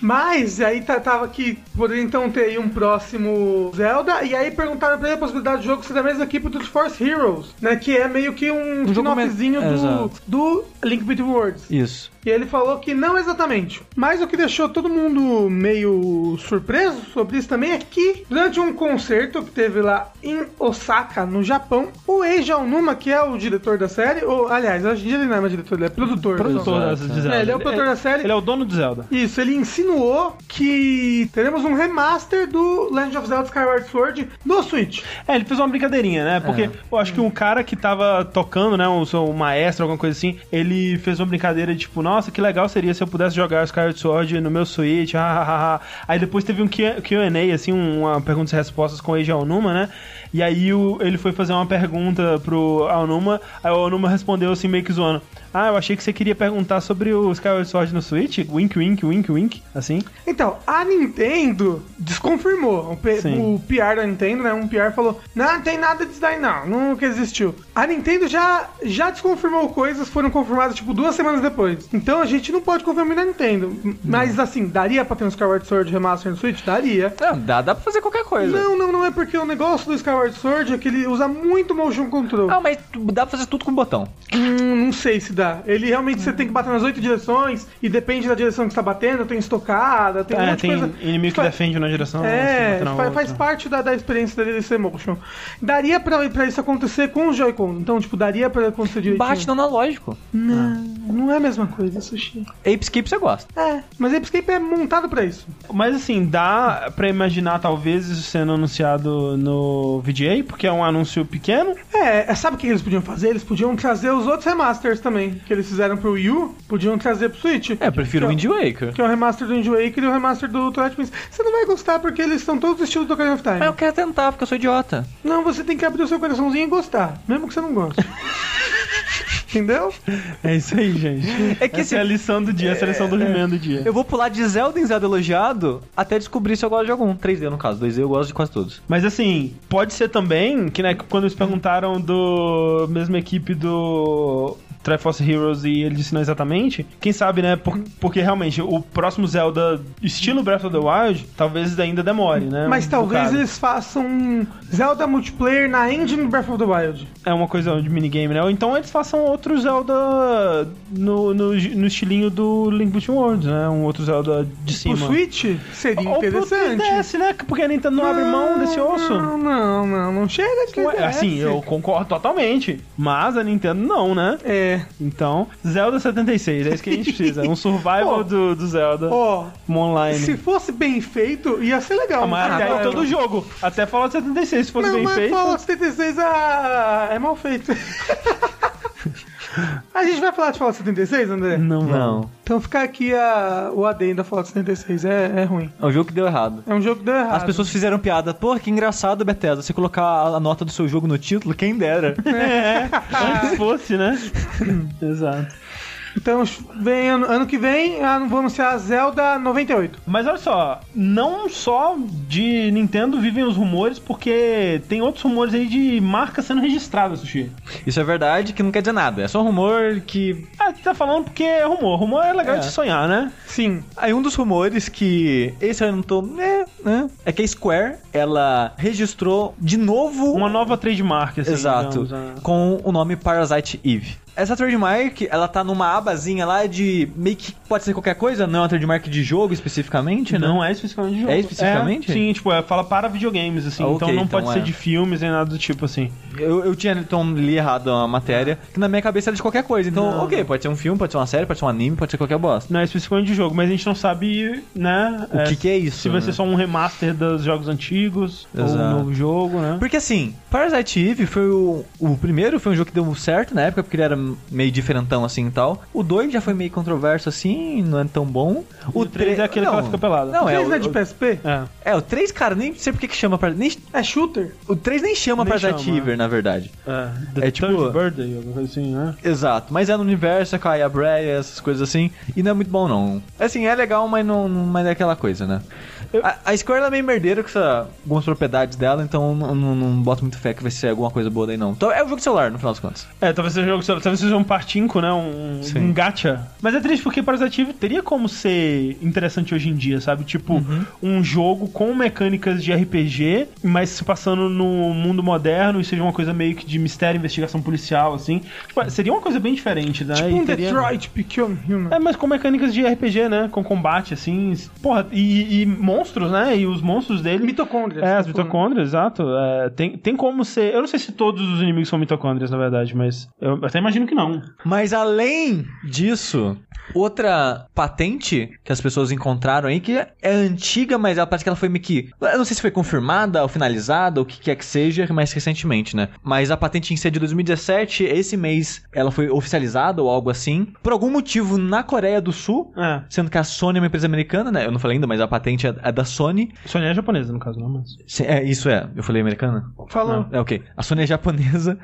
B: Mas aí tá- tava que poderia então ter aí um próximo Zelda, e aí perguntaram pra ele a possibilidade de jogo ser da mesma equipe do Force Heroes, né? Que é meio que um
C: Um jogo
B: spin-offzinho
C: men-
B: do,
C: Exato.
B: do Link Between Worlds.
C: Isso.
B: E ele falou que não exatamente. Mas o que deixou todo mundo meio surpreso sobre isso também é que, durante um concerto que teve lá em Osaka, no Japão, o Eiji Aonuma, que é o diretor da série, ou aliás, hoje em dia ele não é mais diretor, ele é produtor.
A: Produtor
C: Exato,
A: das- de
C: é.
A: Zelda.
B: É, ele é o produtor da série.
A: Ele é o dono do Zelda.
B: Isso, ele insinuou que teremos um remaster do Legend of Zelda Skyward Sword no Switch.
A: É, ele fez uma brincadeirinha, né? Porque
C: É.
A: eu acho que um cara que tava tocando, né? Um, um maestro, alguma coisa assim, ele fez uma brincadeira de tipo, nossa, que legal seria se eu pudesse jogar Skyward Sword no meu Switch, ah, ah, ah, ah. Aí depois teve um Q- QA, assim, um- uma perguntas e respostas com o Eiji Aonuma, né? E aí o- ele foi fazer uma pergunta pro Aonuma, aí o Aonuma respondeu assim, meio que zoando. Ah, eu achei que você queria perguntar sobre o Skyward Sword no Switch. Wink, wink, wink, wink. Assim.
B: Então, a Nintendo desconfirmou. O, P-
A: Sim.
B: o PR da Nintendo, né? Um PR falou: Não, não tem nada disso daí, não. Nunca existiu. A Nintendo já, já desconfirmou coisas, foram confirmadas, tipo, duas semanas depois. Então a gente não pode confirmar da Nintendo. Mas assim, daria pra ter um Skyward Sword Remaster no Switch? Daria.
C: Não, dá, dá pra fazer qualquer coisa.
B: Não, não, não é porque o negócio do Skyward Sword é que ele usa muito motion control.
C: Ah, mas tu- dá pra fazer tudo com botão.
B: Hum, não sei se dá. Ele realmente você tem que bater nas oito direções e depende da direção que você tá batendo, tem estocada, tem um
A: é,
B: monte
A: tem
B: de coisa.
A: inimigo que
B: Fa-
A: defende na direção.
B: É,
A: você mata na
B: fa- faz
A: outra.
B: parte da, da experiência da DLC Motion. Daria pra, pra isso acontecer com o Joy-Con. Então, tipo, daria pra acontecer direitinho.
C: Bate no analógico.
B: Não,
A: Ah.
B: não é a mesma coisa, Sushi.
C: Ape Skip você gosta.
B: É, mas Apescape é montado pra isso.
A: Mas assim, dá pra imaginar talvez isso sendo anunciado no VGA, porque é um anúncio pequeno.
B: É, é, sabe o que eles podiam fazer? Eles podiam trazer os outros remasters também, que eles fizeram pro Wii U, podiam trazer pro Switch.
C: É, eu prefiro o
B: Que
C: Wind Waker.
B: Que é o remaster do Wind Waker e o remaster do Twilight Princess. Você não vai gostar porque eles são todos estilos do Ocarina of Time.
C: Mas eu quero tentar, porque eu sou idiota.
B: Não, você tem que abrir o seu coraçãozinho e gostar, mesmo que você não goste. Entendeu?
A: É isso aí, gente.
C: É que
A: Essa é a
C: assim,
A: lição do dia, essa é a lição do He-Man do dia.
C: eu vou pular de Zelda em Zelda elogiado até descobrir se eu gosto de algum. 3D no caso, 2D eu gosto de quase todos.
A: Mas assim, pode ser também que, né, que quando eles perguntaram do mesma equipe do Triforce Heroes e ele disse não exatamente, quem sabe, né, por- porque realmente o próximo Zelda estilo Breath of the Wild, talvez ainda demore, né?
B: Mas
A: um
B: talvez
A: bocado.
B: eles façam um Zelda multiplayer na engine do Breath of the Wild.
A: É uma coisa de minigame, né? Ou então eles façam outro Zelda no, no, no estilinho do Link Between Worlds, né? Um outro Zelda de
B: O
A: cima.
B: Switch seria
A: Ou pro
B: interessante.
A: 3DS, né? Porque a Nintendo não, abre mão desse osso.
B: Não, não, não, não chega de 3DS.
A: Ué, Assim, eu concordo totalmente. Mas a Nintendo não, né?
B: É.
A: Então, Zelda 76, é isso que a gente precisa. Um survival
B: Pô.
A: do, do Zelda um
B: Ó,
A: online.
B: se fosse bem feito, ia ser legal.
A: Ah, mas até aí
B: agora-
A: É, né? todo jogo. Até Fallout 76, se fosse
B: Não,
A: bem
B: mas
A: feito.
B: Fallout 76 ah, é mal feito. a gente vai falar de Fallout 76, André?
A: Não, não.
B: Então ficar aqui a, o adendo da Fallout 76 é, é ruim.
C: É um jogo que deu errado.
B: É um jogo que deu errado.
C: As pessoas fizeram piada. Pô, que engraçado, Bethesda, você colocar a a nota do seu jogo no título, quem dera.
A: É, antes fosse, né? Exato.
B: Então vem ano, ano que vem, ah, não vou anunciar a Zelda 98.
A: Mas olha só, não só de Nintendo vivem os rumores, porque tem outros rumores aí de marca sendo registrada, Sushi.
C: Isso é verdade, que não quer dizer nada. É só um rumor que
A: Ah, tu tá falando porque é rumor. Rumor é legal
C: É.
A: de se sonhar, né?
B: Sim.
C: Aí um dos rumores que esse eu não tô, né, né? É que a Square, ela registrou de novo
A: Uma nova trademark, assim.
C: Exato.
A: digamos, né?
C: Com o nome Parasite Eve. Essa trademark, ela tá numa abazinha lá de meio que pode ser qualquer coisa, não é uma trademark de jogo especificamente, né?
A: Não é especificamente jogo.
C: É especificamente?
A: É, sim, tipo, é, fala para videogames, assim.
C: Ah, ok,
A: então não
C: então
A: pode
C: é.
A: ser de filmes nem nada do tipo, assim.
C: Eu, eu tinha então li errado a matéria, que na minha cabeça era de qualquer coisa. Então,
A: É. Não,
C: ok,
A: não.
C: pode ser um filme, pode ser uma série, pode ser um anime, pode ser qualquer bosta.
A: Não é especificamente de jogo, mas a gente não sabe, né?
C: O que, que é isso?
A: Se vai
C: né?
A: ser só um remaster dos jogos antigos, ou um
C: Exato.
A: novo jogo, né?
C: Porque assim, Parasite Eve foi o, o primeiro, foi um jogo que deu certo na época, porque ele era meio diferentão assim e tal. O 2 já foi meio controverso assim, não é tão bom.
A: O
C: tre-
A: 3 é aquele que ela
C: não.
A: fica pelada.
C: Não, é,
B: Vocês
C: o,
B: não é de PSP?
A: É.
C: é, o 3, cara, nem sei por que que chama Par- nem
B: É shooter?
C: O 3 nem chama
A: Nem
C: Parasite
A: chama.
C: Eve, na verdade.
A: É, The
C: É tipo-
A: Third Birthday, alguma coisa assim, né?
C: Exato, mas é no universo, é com a Yabreia, essas coisas assim, e não é muito bom não. Assim, é legal, mas não, não- mas é aquela coisa, né?
A: Eu-
C: A, a Square ela é meio merdeira com essa, algumas propriedades dela, então não, não, não boto muito fé que vai ser alguma coisa boa daí não. Então é o jogo de celular, no final das contas.
A: É, talvez seja, um jogo- talvez seja um partinco, né? Um,
C: Sim.
A: um gacha. Mas é triste porque Parasite Eve teria como ser interessante hoje em dia, sabe? Tipo,
B: Uhum.
A: um jogo com mecânicas de RPG, mas se passando no mundo moderno e seja uma coisa meio que de mistério, investigação policial, assim. Tipo, seria uma coisa bem diferente, né?
B: Tipo
A: E
B: um
A: teria-
B: Detroit Become Human.
A: É, mas com mecânicas de RPG, né? Com combate, assim. Porra, e, e monstros, né? E os monstros dele.
B: Mitocôndrias.
A: É, as mitocôndrias, exato. É, tem, tem como ser. Eu não sei se todos os inimigos são mitocôndrias, na verdade, mas eu até imagino que não.
C: Mas além disso, outra patente que as pessoas encontraram aí, que é antiga, mas ela parece que ela foi meio que. Eu não sei se foi confirmada ou finalizada, ou o que quer que seja, mais recentemente, né? Mas a patente em si é de 2017, esse mês ela foi oficializada ou algo assim. Por algum motivo, na Coreia do Sul.
A: É,
C: Sendo que a Sony é uma empresa americana, né? Eu não falei ainda, mas a patente é é da Sony.
A: Sony é japonesa, no caso, não, mas.
C: Se- É, isso é. Eu falei americana?
B: Falou.
C: É, ok. A Sony é japonesa.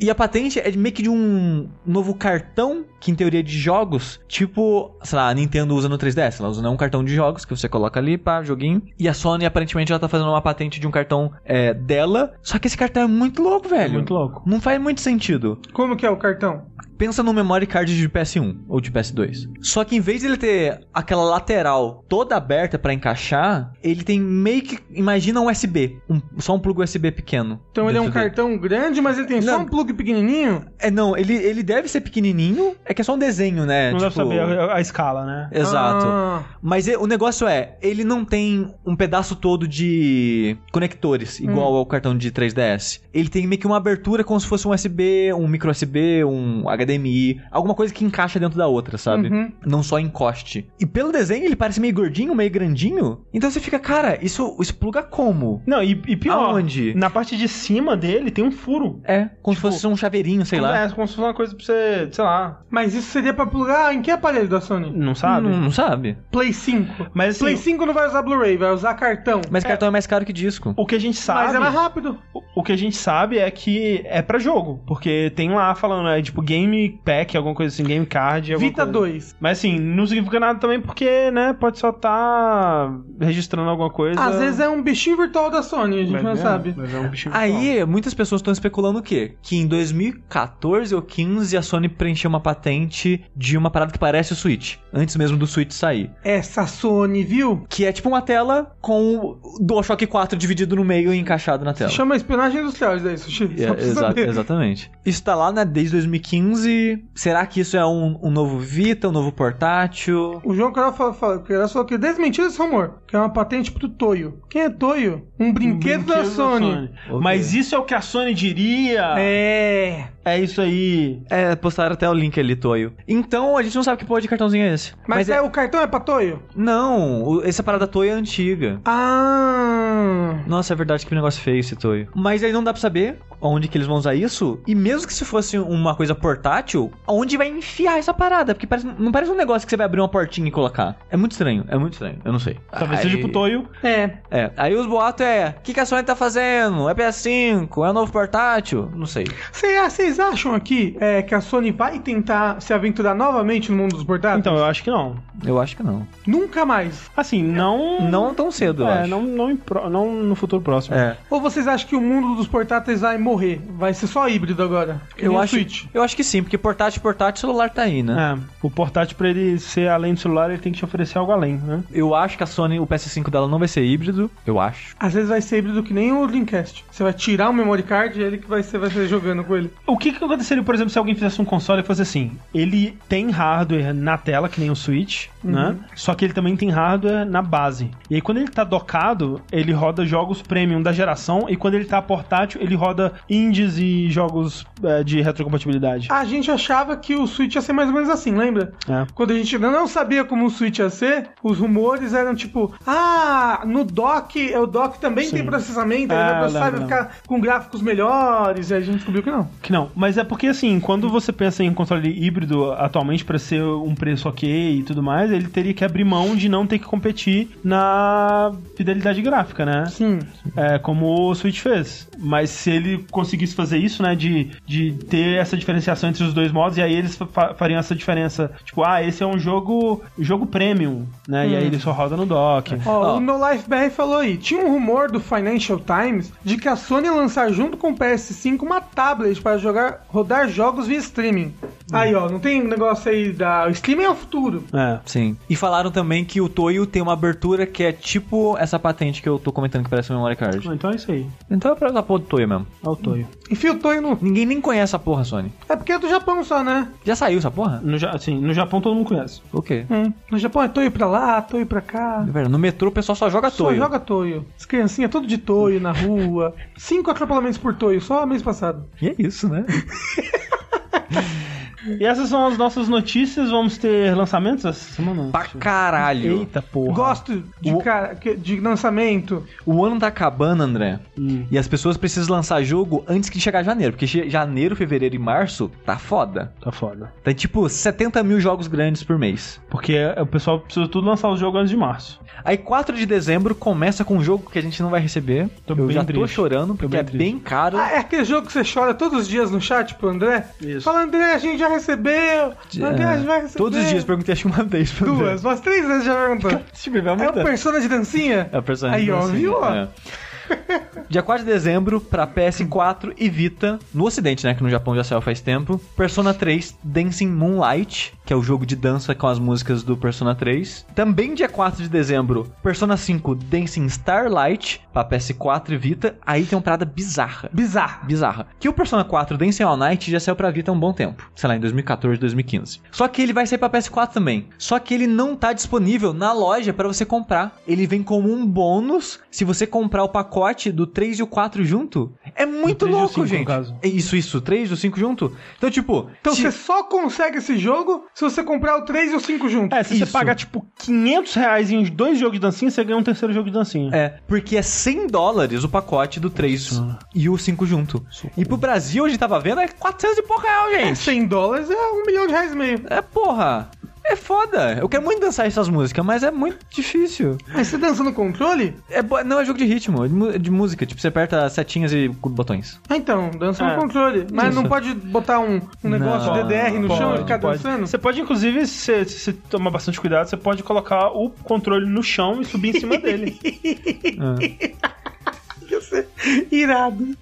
C: E a patente é de- meio que de um novo cartão, que em teoria é de jogos, tipo, sei lá, a Nintendo usa no 3DS. Ela usa né, um cartão de jogos que você coloca ali, pá, joguinho. E a Sony, aparentemente, ela tá fazendo uma patente de um cartão é, dela. Só que esse cartão é muito louco,
A: É
C: velho.
A: muito louco.
C: Não faz muito sentido.
B: Como que é o cartão?
C: Pensa no memory card de PS1 ou de PS2. Só que em vez dele ter aquela lateral toda aberta pra encaixar, ele tem meio que. Imagina um USB. um- só um plug USB pequeno.
B: Então ele é um
C: Dentro dele.
B: cartão grande, mas ele tem só um
C: Não.
B: plug pequenininho?
C: É, não, ele, ele deve ser pequenininho, é que é só um desenho, né?
A: não dá pra
C: Tipo,
A: saber a, a escala, né?
C: Exato.
B: Ah,
C: Mas e- o negócio é, ele não tem um pedaço todo de
B: Hum.
C: conectores, igual ao cartão de 3DS. Ele tem meio que uma abertura como se fosse um USB, um micro USB, um HDMI, alguma coisa que encaixa dentro da outra, sabe?
B: uhum.
C: Não só encoste. E pelo desenho ele parece meio gordinho, meio grandinho. Então você fica, cara, isso, isso pluga como?
A: Não, e, e pior,
C: É. Aonde?
A: na parte de cima dele tem um furo.
C: É,
A: Tipo,
C: como se fosse um chaveirinho, sei lá.
A: É, como se fosse uma coisa pra você, sei lá,
B: Mas isso seria pra plugar em que aparelho da Sony?
A: não sabe?
C: Não, não Hum, sabe.
B: Play 5.
A: Mas
B: Play
A: assim,
B: 5 não vai usar Blu-ray, vai usar cartão.
C: Mas cartão é mais caro que disco.
A: o que a gente
B: Mas
A: sabe.
C: é
B: era rápido.
A: O que a gente sabe é que é pra jogo. Porque tem lá falando, é tipo game pack, alguma coisa assim, game card. alguma
B: Vita
A: coisa.
B: 2.
A: Mas assim, não significa nada também porque, né, pode só tá registrando alguma coisa.
B: Às vezes é um bichinho virtual da Sony, a gente
A: Mas
B: não
A: é,
B: sabe.
A: mas é um bichinho virtual.
C: Aí, muitas pessoas estão especulando o quê? Que em 2014 ou 15 a Sony preencheu uma patente de uma parada que parece o Switch, antes mesmo do Switch sair.
B: Essa Sony, viu?
C: Que é tipo uma tela com o DualShock 4 dividido no meio e encaixado na tela.
B: Chama espionagem industrial isso daí, Sushi. Só
C: É,
B: pra você
C: exa-
B: saber.
C: exatamente. Isso tá lá, né, desde 2015. Será que isso é um, um novo Vita, um novo portátil?
B: O João Carol falou, falou, Carol falou que desmentiu esse rumor, que é uma patente pro Toyo. Quem é Toyo? Um brinquedo, da, Sony.
C: Ok.
A: Mas isso é o que a Sony diria.
B: É.
A: É isso aí.
C: É, postaram até o link ali, Toyo. Então, a gente não sabe que porra de cartãozinho é esse.
B: Mas, é, o cartão é pra Toyo?
C: Não, o- essa parada Toyo é antiga.
B: Ah.
C: Nossa, é verdade que negócio feio esse Toy. Mas aí não dá pra saber onde que eles vão usar isso. E mesmo que se fosse uma coisa portátil, aonde vai enfiar essa parada? Porque parece- não parece um negócio que você vai abrir uma portinha e colocar. É muito estranho, é muito estranho. Eu não sei.
A: Talvez
C: Aí-
A: seja pro Toyo.
B: É.
C: É, aí os boatos é, o que, que a Sony tá fazendo? É PS5? É novo portátil? Não sei.
B: Sei, ah, Vocês Vocês acham aqui é, que a Sony vai tentar se aventurar novamente no mundo dos portáteis?
A: Então, eu acho que não.
C: Eu acho que não.
B: Nunca mais.
A: Assim, não.
C: Não tão cedo, eu
A: É,
C: acho.
A: não, não, em pro- não no futuro próximo.
C: É.
B: Ou vocês acham que o mundo dos portáteis vai morrer? Vai ser só híbrido agora? Que nem
C: Eu
B: o
C: acho,
B: Switch.
C: eu acho que sim, porque portátil, portátil, celular tá aí, né?
A: É, o portátil pra ele ser além do celular, ele tem que te oferecer algo além, né?
C: Eu acho que a Sony, o PS5 dela não vai ser híbrido, eu acho.
B: Às vezes vai ser híbrido que nem o Dreamcast. Você vai tirar o memory card e ele que vai ser, vai ser jogando com ele.
A: O que, que aconteceria, por exemplo, se alguém fizesse um console e fosse assim? Ele tem hardware na tela, que nem o Switch, né? Só que ele também tem hardware na base. E aí, quando ele tá docado, ele roda jogos premium da geração, e quando ele tá portátil, ele roda indies e jogos é, de retrocompatibilidade.
B: A gente achava que o Switch ia ser mais ou menos assim, lembra?
A: É.
B: Quando a gente ainda não sabia como o Switch ia ser, os rumores eram tipo: ah, no dock, o dock também
A: Sim.
B: tem processamento,
A: Ah,
B: ele vai
A: eu
B: processar, vai
A: lembro,
B: ficar com gráficos melhores, e a gente descobriu que não.
A: Que não, mas é porque assim, quando você pensa em console híbrido atualmente para ser um preço ok e tudo mais, ele teria que abrir mão de não ter que competir na fidelidade gráfica, né?
B: Sim.
A: É, como o Switch fez. Mas se ele conseguisse fazer isso, né, de, de ter essa diferenciação entre os dois modos, e aí eles fa- fariam essa diferença. Tipo, ah, esse é um jogo jogo premium, né? E aí ele só roda no dock.
B: Ó,
C: Ó.
B: o No Life BR falou aí: tinha um rumor do Financial Times de que a Sony ia lançar junto com o PS5 uma tablet para jogar, rodar jogos via streaming. Aí, ó, não tem negócio aí da. O streaming é o futuro.
A: É.
C: Sim. E falaram também que o Toyo tem uma abertura que é tipo essa patente que eu tô comentando que parece um memory card.
A: Então é isso aí.
C: Então é pra usar a porra do Toyo mesmo.
A: É o Toyo.
B: Enfia o Toy no.
C: Ninguém nem conhece essa porra, Sony.
B: É porque é do Japão só, né?
C: Já saiu essa porra?
A: No, Ja- assim, no Japão todo mundo conhece.
C: O quê?
B: Hum. No Japão é Toy pra lá, Toy pra
A: Hum.
B: cá.
C: Velho, No metrô o pessoal só joga
B: Só
C: Toyo.
B: joga toio. As criancinhas tudo de toio na rua. Cinco atropelamentos por toio, só mês passado.
C: E é isso, né?
A: E essas são as nossas notícias. Vamos ter lançamentos essa semana?
C: pra caralho.
A: Eita porra.
B: Gosto de,
C: O-
B: cara, que- de lançamento.
C: O ano tá acabando, André.
A: Hum.
C: E as pessoas precisam lançar jogo antes que chegar janeiro. Porque che- janeiro, fevereiro e março tá foda.
A: Tá foda.
C: Tem tipo 70 mil jogos grandes por mês.
A: Porque o pessoal precisa tudo lançar os jogos antes de março.
C: Aí 4 de dezembro começa com um jogo que a gente não vai receber.
A: Tô
C: eu
A: bem
C: já tô
A: triste.
C: chorando porque
A: bem
C: é
A: triste.
C: bem caro.
B: Ah, é aquele jogo que você chora todos os dias no chat pro André?
A: Isso.
B: Fala, André, a gente já recebeu. André, a gente vai receber.
C: é, Todos os dias perguntei acho que uma vez. pra André.
B: Duas, umas três vezes já perguntou.
A: tipo, Se tiver
B: É o Persona de dancinha?
C: É o personagem.
B: Aí, ó,
C: assim,
B: viu, ó?
C: é. Dia 4 de dezembro, pra PS4 e Vita, no ocidente, né, que no Japão já saiu faz tempo, Persona 3 Dancing Moonlight, que é o jogo de dança com as músicas do Persona 3. Também dia 4 de dezembro, Persona 5 Dancing Starlight, pra PS4 e Vita. Aí tem uma parada bizarra.
B: Bizarro.
C: Bizarra. Que o Persona 4 Dancing All Night já saiu pra Vita há um bom tempo. Sei lá, em 2014, 2015. Só que ele vai sair pra PS4 também. Só que ele não tá disponível na loja pra você comprar. Ele vem como um bônus se você comprar o pacote do 3 e o 4 junto. É muito
A: três e o
C: louco,
A: cinco, no
C: gente.
A: caso.
C: É Isso, isso. 3 e o 5 junto. Então, tipo...
B: Então
C: se-
B: você só consegue esse jogo se você comprar o 3 e o 5 juntos.
A: É, se
C: Isso.
A: você pagar, tipo, 500 reais em dois jogos de dancinha, você ganha um terceiro jogo de dancinha.
C: É, porque é 100 dólares o pacote do 3 e o 5 junto. E pro Brasil, a gente tava vendo, é 400 e pouco real, gente.
B: 100 dólares é um milhão de reais e meio.
C: É, porra. É foda. Eu quero muito dançar essas músicas, mas é muito difícil.
B: Mas você dança no controle?
C: É, bo- não, é jogo de ritmo, é de mu- de música. Tipo, você aperta setinhas e botões.
B: Ah, então, dança
A: É.
B: no controle. Mas
C: Isso.
B: não pode botar um, um negócio
C: Não,
B: DDR no chão e
A: Pode,
B: ficar
A: pode.
B: dançando?
A: Você pode, inclusive, se se você tomar bastante cuidado, você pode colocar o controle no chão e subir em cima dele.
C: é
B: Irado.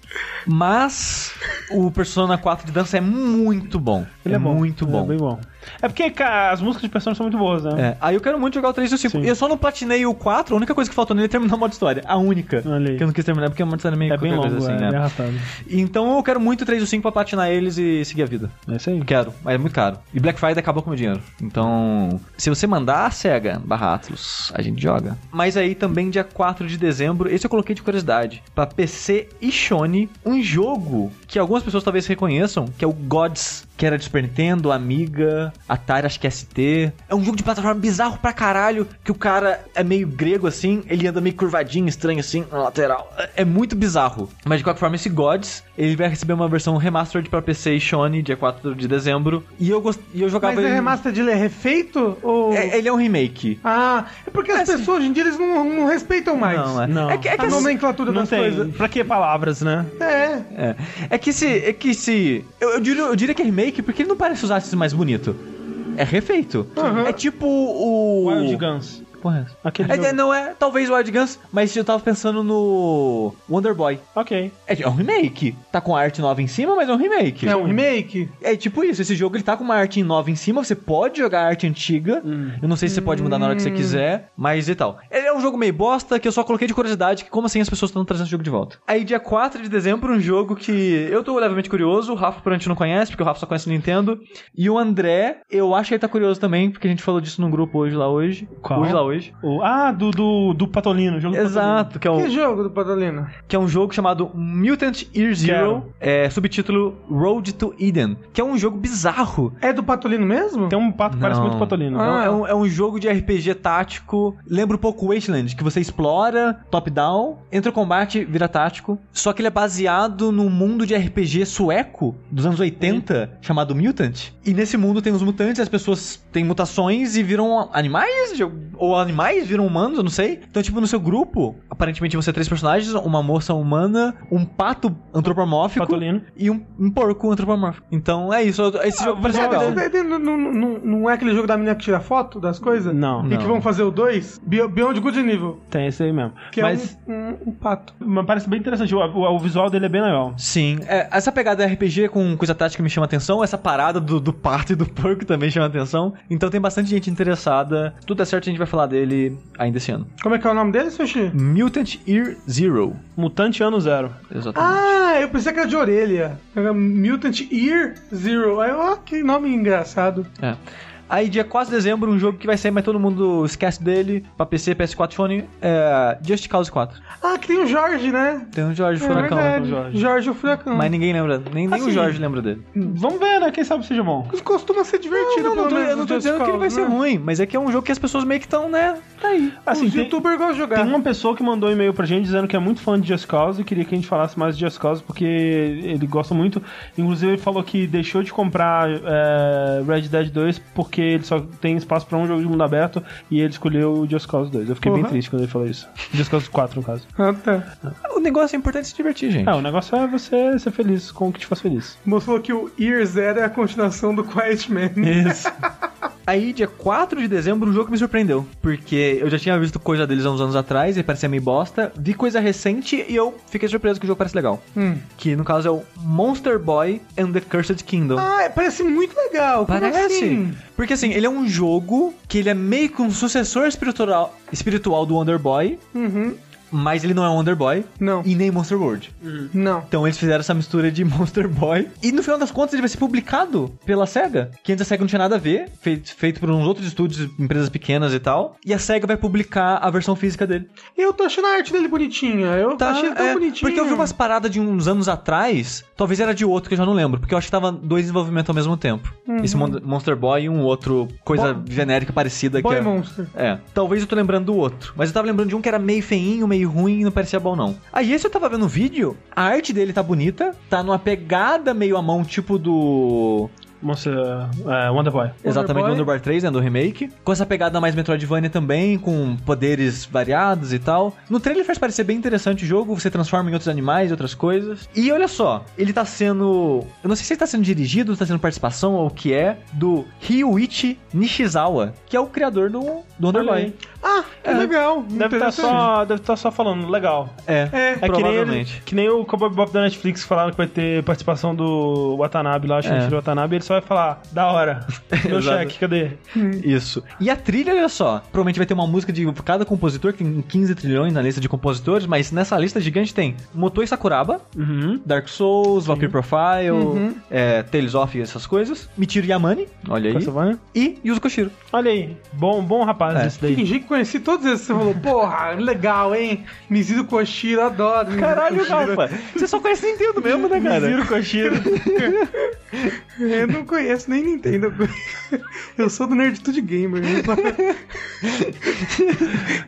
C: Mas o Persona 4 de dança é muito bom. é, muito bom.
A: É bem bom. É porque, cara, as músicas de personagem são muito boas, né?
C: É, aí eu quero muito jogar o 3 e o 5.
A: Sim.
C: Eu só não platinei o 4, a única coisa que faltou nele é terminar o modo história. A única.
A: Olha aí.
C: Que eu não quis terminar porque o modo história é meio
A: É, bem
C: qualquer
A: longo,
C: coisa assim,
A: é, bem
C: né?
A: arrastado.
C: Então eu quero muito o 3 e o 5 pra platinar eles e seguir a vida.
A: É isso aí.
C: Quero, mas é muito caro. E Black Friday acabou com o meu dinheiro. Então, se você mandar a SEGA barra Atlus, a gente joga. Mas aí também dia 4 de dezembro, esse eu coloquei de curiosidade, pra PC e Shone, um jogo que algumas pessoas talvez reconheçam, que é o Gods que era de Super Nintendo, Amiga, Atari, acho que ST. É um jogo de plataforma bizarro pra caralho, que o cara é meio grego assim, ele anda meio curvadinho, estranho assim, na lateral. É- É muito bizarro. Mas de qualquer forma, esse Gods, ele vai receber uma versão remastered pra PC e Sony, dia 4 de dezembro. E eu, gost... e eu jogava
B: Mas é
C: ele...
B: remaster de ele é refeito? Ou...
C: É- ele é um remake.
B: Ah, é porque as pessoas hoje em dia eles não, não respeitam mais.
C: Não, é.
A: Não.
C: É que, é que
B: a
C: assim-
B: nomenclatura
A: Não
B: das
A: tem.
B: coisas.
A: Pra que palavras, né?
B: É.
C: É. É que esse. É que esse. Eu, eu diria, eu diria que é remake porque ele não parece usar esse mais bonito. É refeito.
B: Aham.
C: É tipo o.
A: Wild Guns.
C: Porra, é essa?
A: Aquele
C: É,
A: jogo.
C: é, não é, talvez Wild Guns, mas eu tava pensando no Wonder Boy.
A: Ok.
C: É, é um remake. Tá com a arte nova em cima, mas é um remake.
B: É um remake?
C: É tipo isso, esse jogo ele tá com uma arte nova em cima, você pode jogar a arte antiga. Eu não sei se você pode mudar na hora que você
B: Hum.
C: quiser, mas e tal. Ele é um jogo meio bosta que eu só coloquei de curiosidade, que como assim as pessoas estão trazendo esse jogo de volta. Aí dia 4 de dezembro, um jogo que eu tô levemente curioso, o Rafa provavelmente não conhece, porque o Rafa só conhece o Nintendo. E o André, eu acho que ele tá curioso também, porque a gente falou disso num grupo hoje lá hoje.
A: Qual?
C: Hoje lá hoje.
A: O- ah, do, do, do Patolino. Jogo do
C: Exato, que é,
B: Que
C: um,
B: jogo do Padalino?
C: que é um jogo chamado Mutant Year Zero, é, subtítulo Road to Eden, que é um jogo bizarro.
B: É do Patolino mesmo?
A: Patolino. Tem um pato que parece
C: Não.
A: muito Patolino.
B: Ah.
C: Não, é, um, é um jogo de RPG tático. Lembra um pouco Wasteland, que você explora, top-down, entra o combate, vira tático. Só que ele é baseado num mundo de RPG sueco dos anos 80, chamado Mutant. E nesse mundo tem os mutantes, as pessoas têm mutações e viram animais, ou animais viram humanos, eu não sei. Então, tipo, no seu grupo, aparentemente você é três personagens: uma moça humana, um pato antropomórfico
A: Patolino.
C: e um, um porco antropomórfico. Então é isso. Esse jogo parece
B: É,
C: legal.
B: daí- daí Não, não- não- não é aquele jogo da menina que tira foto das coisas?
A: Não.
B: E
C: Não.
B: que vão fazer o 2? Beyond Good Nível.
A: Tem esse aí mesmo.
B: Que
A: Mas,
B: é um, um- um pato.
A: mas parece bem interessante. O, o- o visual dele é bem legal.
C: Sim, é, essa pegada RPG com coisa tática me chama atenção, essa parada do, do pato e do porco também chama atenção. Então tem bastante gente interessada. Tudo é certo, a gente vai falar dele ainda esse ano.
B: Como é que é o nome dele, Sushi?
C: Mutant Year Zero.
A: Mutante ano zero.
C: Exatamente.
B: Ah, eu pensei que era de orelha. Era Mutant Ear Zero. Aí, ó, que nome engraçado.
C: É. Aí, dia 4 de dezembro, um jogo que vai sair, mas todo mundo esquece dele. Pra PC, PS4, Sony, é Just Cause 4.
B: Ah, que tem o Jorge, né?
C: Tem o Jorge
B: É
C: Furacão.
B: verdade.
A: Jorge.
B: Jorge. o Furacão.
C: Mas ninguém lembra, nem, nem o
B: Assim,
C: Jorge lembra dele.
A: Vamos ver, né? Quem sabe seja bom.
B: Costuma ser divertido,
C: não, não,
B: pelo
C: tô,
B: menos,
C: eu não tô
B: Just
C: dizendo que ele vai
B: Cause,
C: ser
B: né?
C: ruim, mas é que é um jogo que as pessoas meio que estão, né? Tá aí.
A: Assim,
B: Os
A: tem,
B: youtubers gostam de jogar.
A: tem uma pessoa que mandou um e-mail pra gente dizendo que é muito fã de Just Cause e queria que a gente falasse mais de Just Cause porque ele gosta muito. Inclusive, ele falou que deixou de comprar é, Red Dead 2 porque ele só tem espaço pra um jogo de mundo aberto e ele escolheu o Just Cause 2. Eu fiquei bem
B: Porra.
A: triste quando ele falou isso. Just Cause 4, no caso.
B: Ah, tá.
C: O negócio é importante se divertir, gente.
A: É, o negócio é você ser feliz com o que te faz feliz.
B: Mostrou que o Ear Zero é a continuação do Quiet Man.
A: Isso.
C: Aí, dia 4 de dezembro, um jogo que me surpreendeu. Porque eu já tinha visto coisa deles há uns anos atrás, e parecia meio bosta. Vi coisa recente e eu fiquei surpreso que o jogo parece legal.
B: Hum.
C: Que no caso é o Monster Boy and the Cursed Kingdom.
B: Ah, é- parece muito legal. Como
C: Parece.
B: assim?
C: Porque assim, ele é um jogo que ele é meio que um sucessor espiritual, espiritual do Wonder Boy,
B: Uhum.
C: mas ele não é Wonder Boy
B: Não.
C: e nem Monster World.
B: Não.
C: Então eles fizeram essa mistura de Monster Boy. E no final das contas ele vai ser publicado pela SEGA. Que antes a SEGA não tinha nada a ver. Feito, feito por uns outros estúdios, empresas pequenas e tal. E a SEGA vai publicar a versão física dele.
B: Eu tô achando a arte dele bonitinha. Eu achei ele tão
C: é,
B: bonitinho.
C: Porque eu vi umas paradas de uns anos atrás. Talvez era de outro que eu já não lembro. Porque eu acho que tava dois desenvolvimentos ao mesmo tempo. Esse Mon- Monster Boy e um outro coisa
B: Uhum. Bo-
C: genérica parecida
B: Boy
C: que é-
B: Monster.
C: é, talvez eu tô lembrando do outro. Mas eu tava lembrando de um que era meio feinho, meio ruim, não parecia bom, não. Aí esse eu tava vendo um vídeo, a arte dele tá bonita, tá numa pegada meio à mão, tipo do.
A: Moça, é, Wonderboy.
C: Exatamente,
B: Boy.
C: do Underbar 3, né? Do remake. Com essa pegada mais Metroidvania também, com poderes variados e tal. No trailer faz parecer bem interessante o jogo, você transforma em outros animais e outras coisas. E olha só, ele tá sendo. Eu não sei se ele tá sendo dirigido, tá sendo participação ou o que é, do Ryuichi Nishizawa, que é o criador do, do
A: Olha
C: Underboy.
A: aí.
B: Ah, que legal.
A: Deve estar
B: Interessante.
A: só, deve tá só falando, legal.
C: É,
B: É.
A: É que nem, ele-
C: Provavelmente.
A: que nem o Cowboy Bebop da Netflix que falaram que vai ter participação do Watanabe lá, o Shinichiro Watanabe, ele só vai falar, da hora, meu
C: É. Exato.
A: cheque, cadê?
C: Isso. E a trilha, olha só. Provavelmente vai ter uma música de cada compositor, que tem 15 trilhões na lista de compositores, mas nessa lista gigante tem Motoi Sakuraba,
A: Uhum.
C: Dark Souls, Vampire Profile,
B: Uhum.
C: é, Tales of e essas coisas, Michiru Yamane, olha aí,
A: Castlevania.
C: e Yuzo Koshiro.
A: Olha aí, bom, bom rapaz
C: É.
A: esse daí.
B: Fingi que conheci todos esses. Você falou, porra, legal, hein? Mizido Koshiro, adoro. Mizuno Koshiro.
C: Você só conhece Nintendo mesmo, né,
A: Miziro Koshiro.
B: Eu não não conheço nem Nintendo. Eu sou do Nerditude Gamer.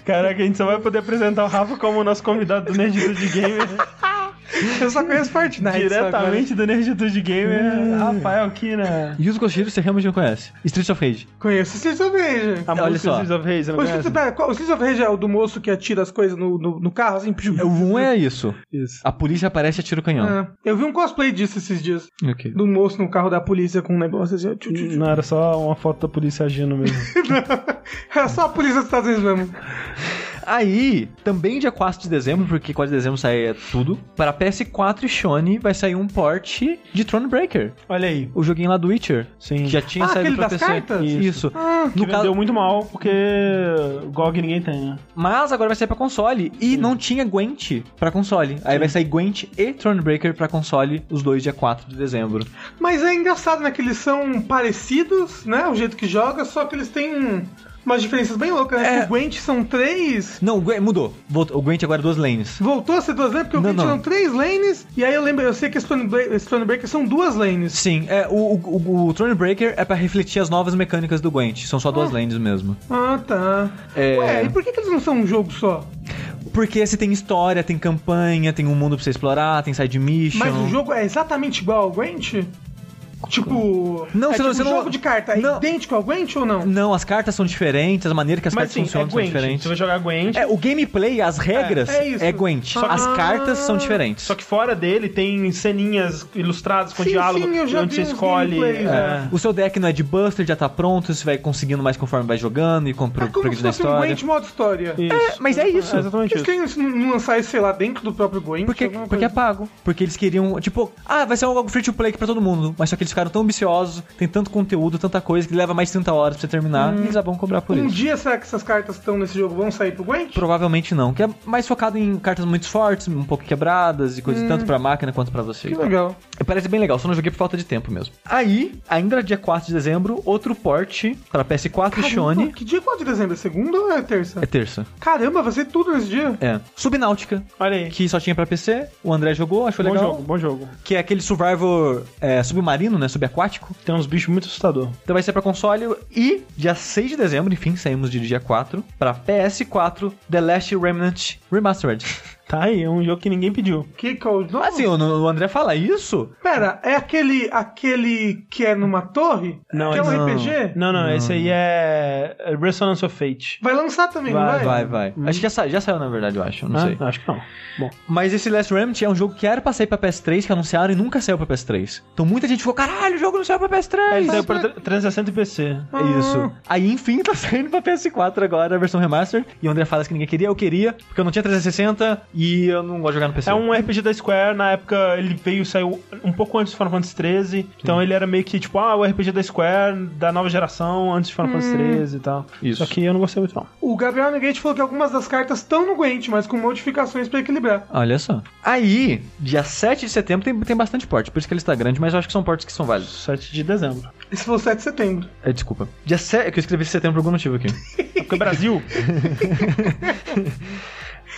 A: Caraca, a gente só vai poder apresentar o Rafa como o nosso convidado do Nerditude Gamer.
B: Eu só conheço Fortnite.
A: diretamente do Nerditude
C: É.
A: Gamer, Rafael Kina.
C: Yuzo Koshiro você realmente não conhece. Streets of Rage.
B: Só. Conheço Streets of Rage.
A: A
C: Olha
A: música
C: só. tá-
A: Streets of Rage, você não
B: O Streets,
A: conhece?
B: pera, qual- o Streets of Rage é o do moço que atira as coisas no, no, no carro, assim? piu,
C: O 1 é isso.
A: Isso.
C: A polícia aparece e atira o canhão.
B: É. Eu vi um cosplay disso esses dias.
C: Ok.
B: Do moço no carro da polícia com um negócio assim. ó, tchu, tchu, tchu.
A: Não, era só uma foto da polícia agindo mesmo.
B: É só a polícia dos Estados Unidos mesmo.
C: Aí, também dia 4 de dezembro, porque 4 de dezembro sai tudo, para PS4 e Sony vai sair um port de Thronebreaker.
A: Olha aí.
C: O joguinho lá do Witcher.
A: Sim.
C: Que já tinha
B: Ah,
C: saído
B: aquele
C: pra
B: das
C: PC.
B: cartas?
C: Isso.
B: Ah,
A: Que
C: No
A: vendeu
C: caso,
A: muito mal, porque GOG ninguém tem, né?
C: mas agora vai sair pra console. E não tinha Gwent pra console. Aí vai sair Gwent e Thronebreaker pra console, os dois dia 4 de dezembro.
B: Mas é engraçado, né? Que eles são parecidos, né? O jeito que joga, só que eles têm umas diferenças bem loucas, né?
C: É.
B: O Gwent são três.
C: Não, o Gwent- mudou. Voltou- O Gwent agora é duas lanes.
B: Voltou a ser duas lanes, porque o
C: Não,
B: Gwent
C: não.
B: eram três lanes. E aí eu lembro, eu sei que Stonebreaker Stonebreaker são duas lanes.
C: Sim, é, o, o, o, o Thronebreaker é pra refletir as novas mecânicas do Gwent. São só duas
B: Ah.
C: lanes mesmo.
B: Ah, tá.
C: É.
B: Ué, e por que, que eles não são um jogo só?
C: Porque você tem história, tem campanha, tem um mundo pra você explorar, tem side mission.
B: Mas o jogo é exatamente igual ao Gwent? Tipo.
C: Não,
B: é
C: você não-
B: tipo
C: você
B: um
C: não-
B: jogo de carta é
C: não.
B: idêntico ao Gwent ou não?
C: Não, as cartas são diferentes, as maneiras que as
A: Mas sim,
C: cartas
A: é
C: funcionam são
A: Gwent. Você vai
C: diferentes.
A: jogar Gwent.
C: É, o gameplay, as regras
B: então É, é
C: é,
B: isso.
C: Gwent.
B: Só que-
C: as cartas são
B: Ah,
C: diferentes.
A: Só que fora dele tem ceninhas ilustradas com
B: Sim,
A: diálogo,
B: sim, eu já
A: onde
B: vi
A: você
B: uns
A: escolhe.
B: gameplays,
A: é.
C: O seu deck não é de buster, já tá pronto, você vai conseguindo mais conforme vai jogando e com pro-
B: É como se
C: progredindo na
B: fosse um
C: história.
B: Gwent modo história.
A: Isso.
C: É, mas é isso.
A: exatamente
B: Eles
A: isso.
B: queriam isso não lançar isso, sei lá, dentro do próprio Gwent?
C: Porque,
B: alguma
C: porque é
B: coisa? tipo.
C: pago. Porque eles queriam, tipo, ah, vai ser algo free to play aqui pra todo mundo. Mas só que eles ficaram tão ambiciosos, tem tanto conteúdo, tanta coisa, que leva mais 30 horas pra você terminar. E eles já vão cobrar por
B: Um
C: isso.
B: dia será que essas cartas que estão nesse jogo vão sair pro Gwent?
C: Provavelmente não, que é mais focado em cartas muito fortes, um pouco quebradas e coisas tanto pra máquina quanto pra você.
B: Que legal.
C: Parece bem legal, só não joguei por falta de tempo mesmo. Aí, ainda dia 4 de dezembro, outro port pra PS4 e Sony.
B: Que dia é 4 de dezembro? É segunda ou é terça?
C: É terça.
B: Caramba, vai ser tudo nesse dia.
C: É. Subnáutica,
A: Olha aí.
C: que só tinha pra PC, o André jogou, achou
A: Bom
C: legal.
A: jogo, bom jogo.
C: Que é aquele survival é, submarino, né? Subaquático.
A: Tem uns bichos muito assustador.
C: Então vai ser pra console e dia 6 de dezembro, enfim, saímos de dia 4 pra PS4 The Last Remnant Remastered.
A: Tá aí, é um jogo que ninguém pediu.
B: Que que é o nome?
C: Assim, o, o André fala isso?
B: Pera, é aquele, aquele que é numa torre?
A: Não,
B: que é um
C: não.
B: RPG?
A: Não, não, esse
C: Hum.
A: aí é é Resonance of Fate.
B: Vai lançar também, não
A: Vai, Hum.
B: vai?
C: Vai, vai. Acho que já, sa- já saiu, na verdade, eu acho. Não
A: Ah,
C: sei.
A: Acho que não. Bom,
C: Mas esse Last Remnant é um jogo que era pra sair pra PS3, que anunciaram e nunca saiu pra PS3. Então muita gente ficou, caralho, o jogo não saiu pra PS3.
A: É, ele saiu pra tre- 360 e PC.
B: Ah.
C: É Isso. Aí, enfim, tá saindo pra PS4 agora, a versão remaster. E o André fala que ninguém queria, eu queria, porque eu não tinha 360 e eu não gosto de jogar no PC.
A: É um RPG da Square, na época ele veio, saiu um pouco antes do Final Fantasy XIII, então ele era meio que tipo, ah, o RPG da Square, da nova geração, antes do Final
B: Hum.
A: Fantasy XIII e tal.
C: Isso.
A: Só que eu não gostei muito não.
B: O Gabriel Negate falou que algumas das cartas estão no Gwent, mas com modificações pra equilibrar.
C: Olha só. Aí, dia 7 de setembro tem, tem bastante porte, por isso que ele está grande, mas eu acho que são portes que são válidos.
A: 7 de dezembro.
B: Esse foi o 7 de setembro.
C: É, desculpa. Dia 7, é que eu escrevi setembro por algum motivo aqui.
A: É Porque o Brasil,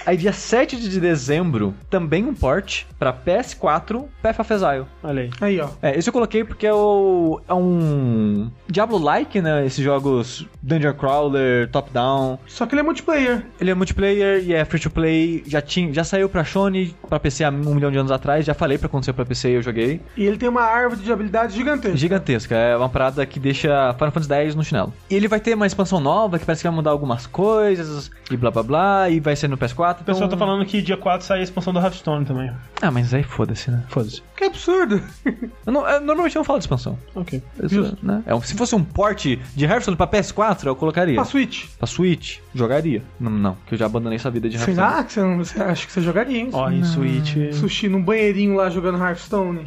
C: Aí, dia 7 de dezembro, também um porte pra PS4, Path of Exile.
A: olha aí.
B: Aí, ó.
C: É, esse eu coloquei porque é, o, é um Diablo-like, né? Esses jogos Dungeon Crawler, Top Down.
B: Só que ele é multiplayer.
C: Ele é multiplayer e é free to play. Já, tinha, já saiu pra Sony, pra PC há um milhão de anos atrás. Já falei pra acontecer pra PC e eu joguei.
B: E ele tem uma árvore de habilidades gigantesca.
C: Gigantesca, é uma parada que deixa Final Fantasy X no chinelo. E ele vai ter uma expansão nova que parece que vai mudar algumas coisas e blá blá blá, e vai ser no PS4.
A: O pessoal tá
B: Então-
A: falando que dia 4 sai a expansão do Hearthstone também.
C: então- Ah, mas aí foda-se, né?
A: Foda-se.
B: Que absurdo.
C: Eu não- eu normalmente eu não falo de expansão.
A: Ok.
C: Eu sou- né? É um- se fosse um porte de Hearthstone pra PS4, eu colocaria.
B: Pra Switch.
C: Pra Switch, jogaria. Não, não, que eu já abandonei essa vida de Hearthstone.
A: tá.
B: Será que você, não, você acha que você jogaria, hein?
A: Ó, em Switch.
B: Sushi num banheirinho lá jogando Hearthstone.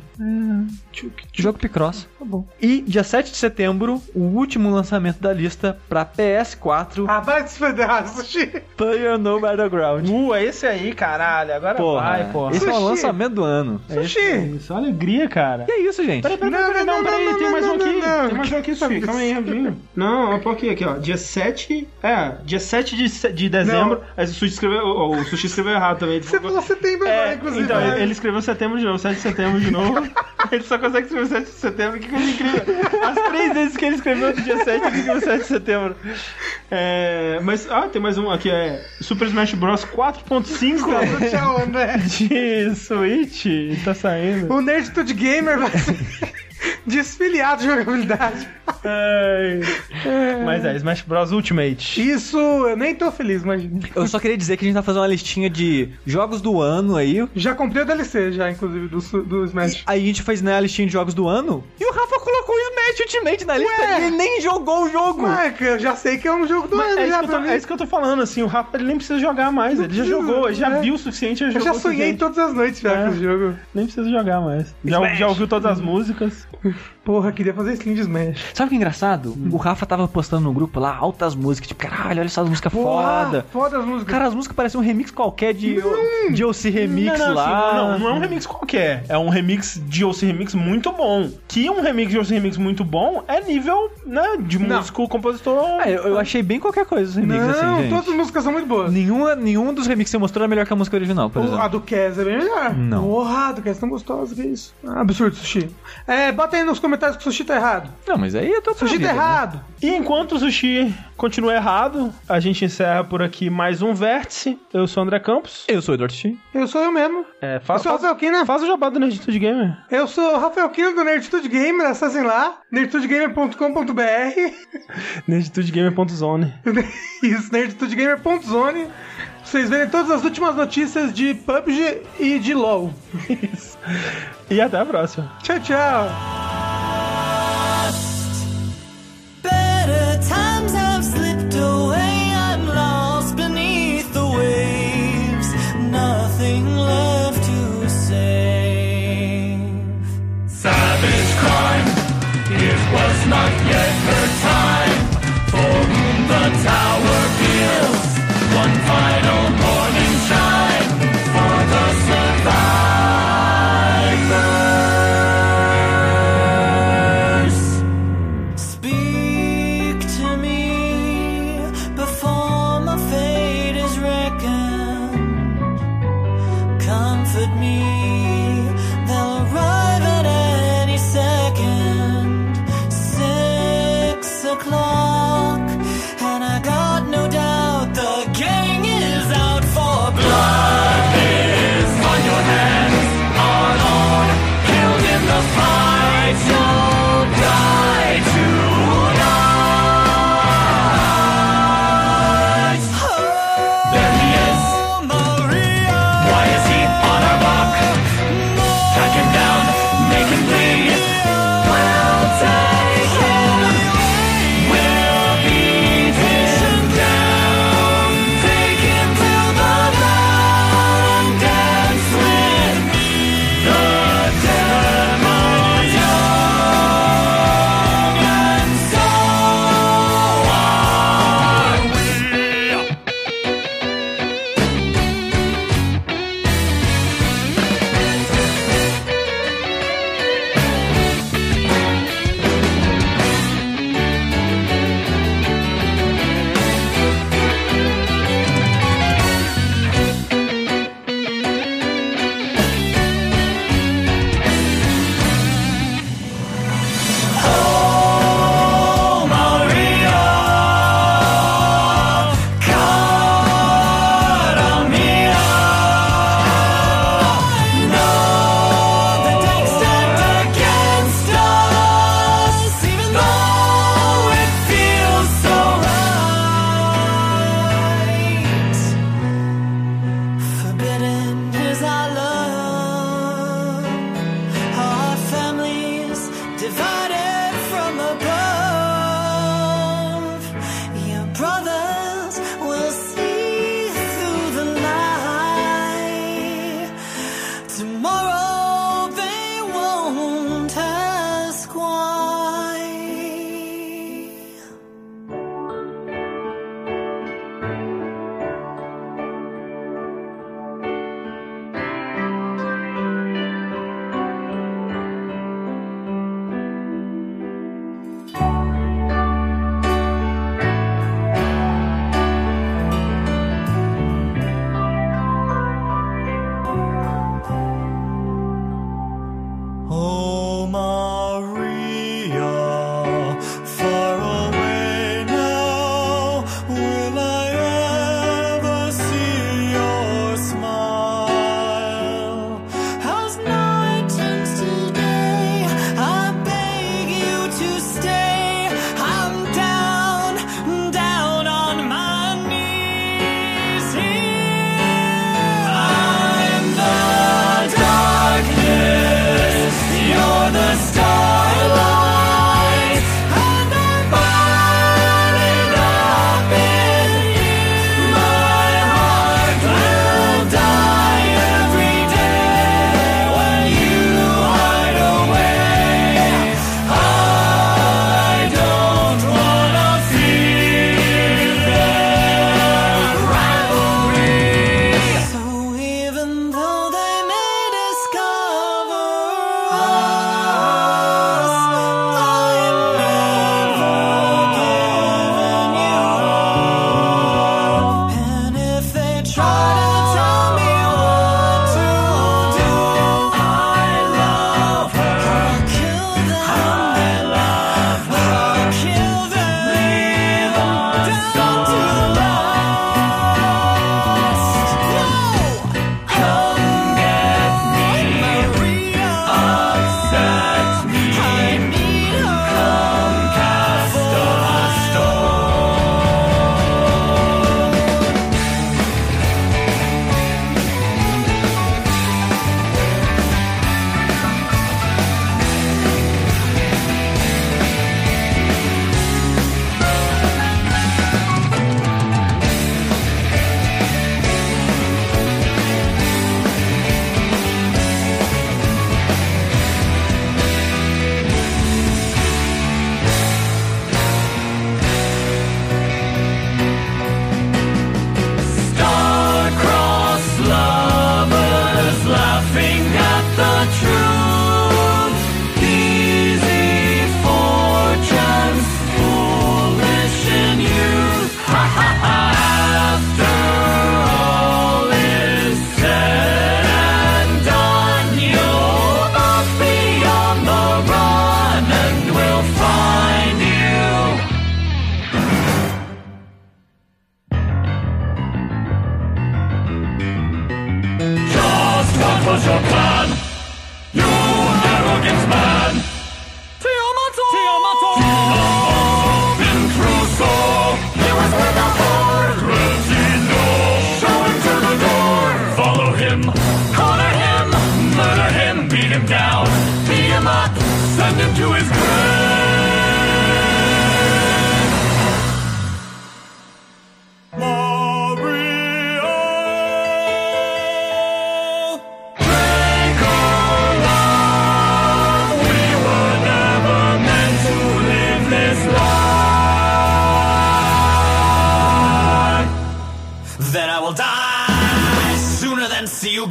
B: Tchuk, tchuk.
C: ah, Jogo Picross. Tá bom. E dia 7 de setembro, o último lançamento da lista pra PS4,
B: Ah, vai se federar, Sushi.
C: Player No Battleground.
A: Uh, é esse aí, caralho. Agora
C: Porra,
A: vai, porra. é
C: esse é o
B: Sushi.
C: lançamento do ano.
B: Sushi.
A: Isso, olha a alegria, cara.
C: E é isso, gente.
A: Peraí, peraí,
B: Não,
A: peraí, não,
B: não,
A: peraí,
B: não,
A: tem mais um
B: não,
A: aqui.
B: não, não.
A: Tem mais um aqui, Sushi. Calma aí, rapidinho. Não, ó, pô, aqui, aqui, aqui, ó. Dia 7. É, dia 7 de, se- de dezembro. Aí o Sushi escreveu. O, o Sushi escreveu errado também. ele
B: Você
A: colocou-
B: falou setembro agora,
A: é,
B: inclusive.
A: então,
B: né?
A: ele escreveu setembro de novo, 7 de setembro de novo. ele só consegue escrever 7 de setembro, que coisa incrível. As três vezes que ele escreveu do dia 7, ele escreveu 7 de setembro. É, mas, ah, tem mais um aqui, é Super Smash Bros. 4.5
B: Claro, Tchau, né?
A: de Switch. Tá saindo.
B: O Nerditude Gamer vai ser desfiliado de jogabilidade.
A: Ai. Mas é, Smash Bros. Ultimate.
B: Isso, eu nem tô feliz, mas
C: Eu só queria dizer que a gente tá fazendo uma listinha de jogos do ano aí.
B: já comprei o DLC já, inclusive, do, su- do Smash.
C: Aí a gente fez né, a listinha de jogos do ano. E o Rafa colocou o Smash Ultimate na lista
B: Ué.
C: e ele nem jogou o jogo.
B: Ué, que eu já sei que é um jogo do
A: Mas
B: ano
A: É isso,
B: já
A: que eu
B: pra
A: tô,
B: mim.
A: é isso que eu tô falando, assim, o Rafa ele nem precisa jogar mais, ele já
B: precisa,
A: jogou, ele já
B: né?
A: viu o suficiente, já
B: Eu já
A: jogou o
B: sonhei
A: suficiente.
B: todas as noites já
A: É.
B: com esse jogo.
A: Nem precisa jogar mais. Já,
B: Smash.
A: já ouviu todas as músicas.
B: Porra, queria fazer skin de Smash.
C: Sabe o que é engraçado?
A: Hum.
C: O Rafa tava postando no grupo lá altas músicas, tipo, caralho, olha essas músicas foda.
B: Porra, Foda as músicas.
C: Cara, as músicas parecem um remix qualquer de, de OC Remix
A: não, não,
C: lá.
A: assim, não, não é um remix qualquer. É um remix de OC Remix muito bom. Que um remix de OC Remix muito bom é nível, né, de
B: Não.
A: músico, compositor.
C: Ah, eu, eu achei bem qualquer coisa os remixes,
B: não,
C: assim, gente.
B: todas as músicas são muito boas.
C: Nenhuma, nenhum dos remixes que você mostrou é melhor que a música original, por
B: O-
C: exemplo.
B: a do Kes é bem melhor.
C: Não.
B: Porra, a do Kes é tão gostosa, que isso. Ah, absurdo, Sushi. É, bota aí nos comentários que o Sushi tá errado.
C: Não, mas aí é todo
B: Sushi tá errado.
A: E enquanto o Sushi continua errado, a gente encerra por aqui mais um Vértice. Eu sou o André Campos.
C: Eu sou o Eduardo Chi.
B: Eu sou eu mesmo.
A: É,
B: Eu
A: faz,
B: sou o
A: faz,
B: Rafael Kina.
A: faz o jabá do Nerditude Gamer.
B: Eu sou o Rafael Kina do Nerditude Gamer. Acessem lá, nerditudegamer.com.br.
A: Nerditudegamer.zone.
B: Isso, nerditudegamer.zone. Pra Vocês verem todas as últimas notícias de PUBG e de LoL.
A: E até a próxima.
B: Tchau, tchau.
D: Better times have slipped away. I'm lost beneath the waves. Nothing left to save.
E: Savage crime, it was not yet her time. For whom the tower peals, one final morning shine for the survivors.
D: Oh,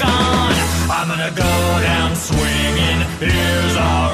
D: I'm gonna go down swinging. Here's our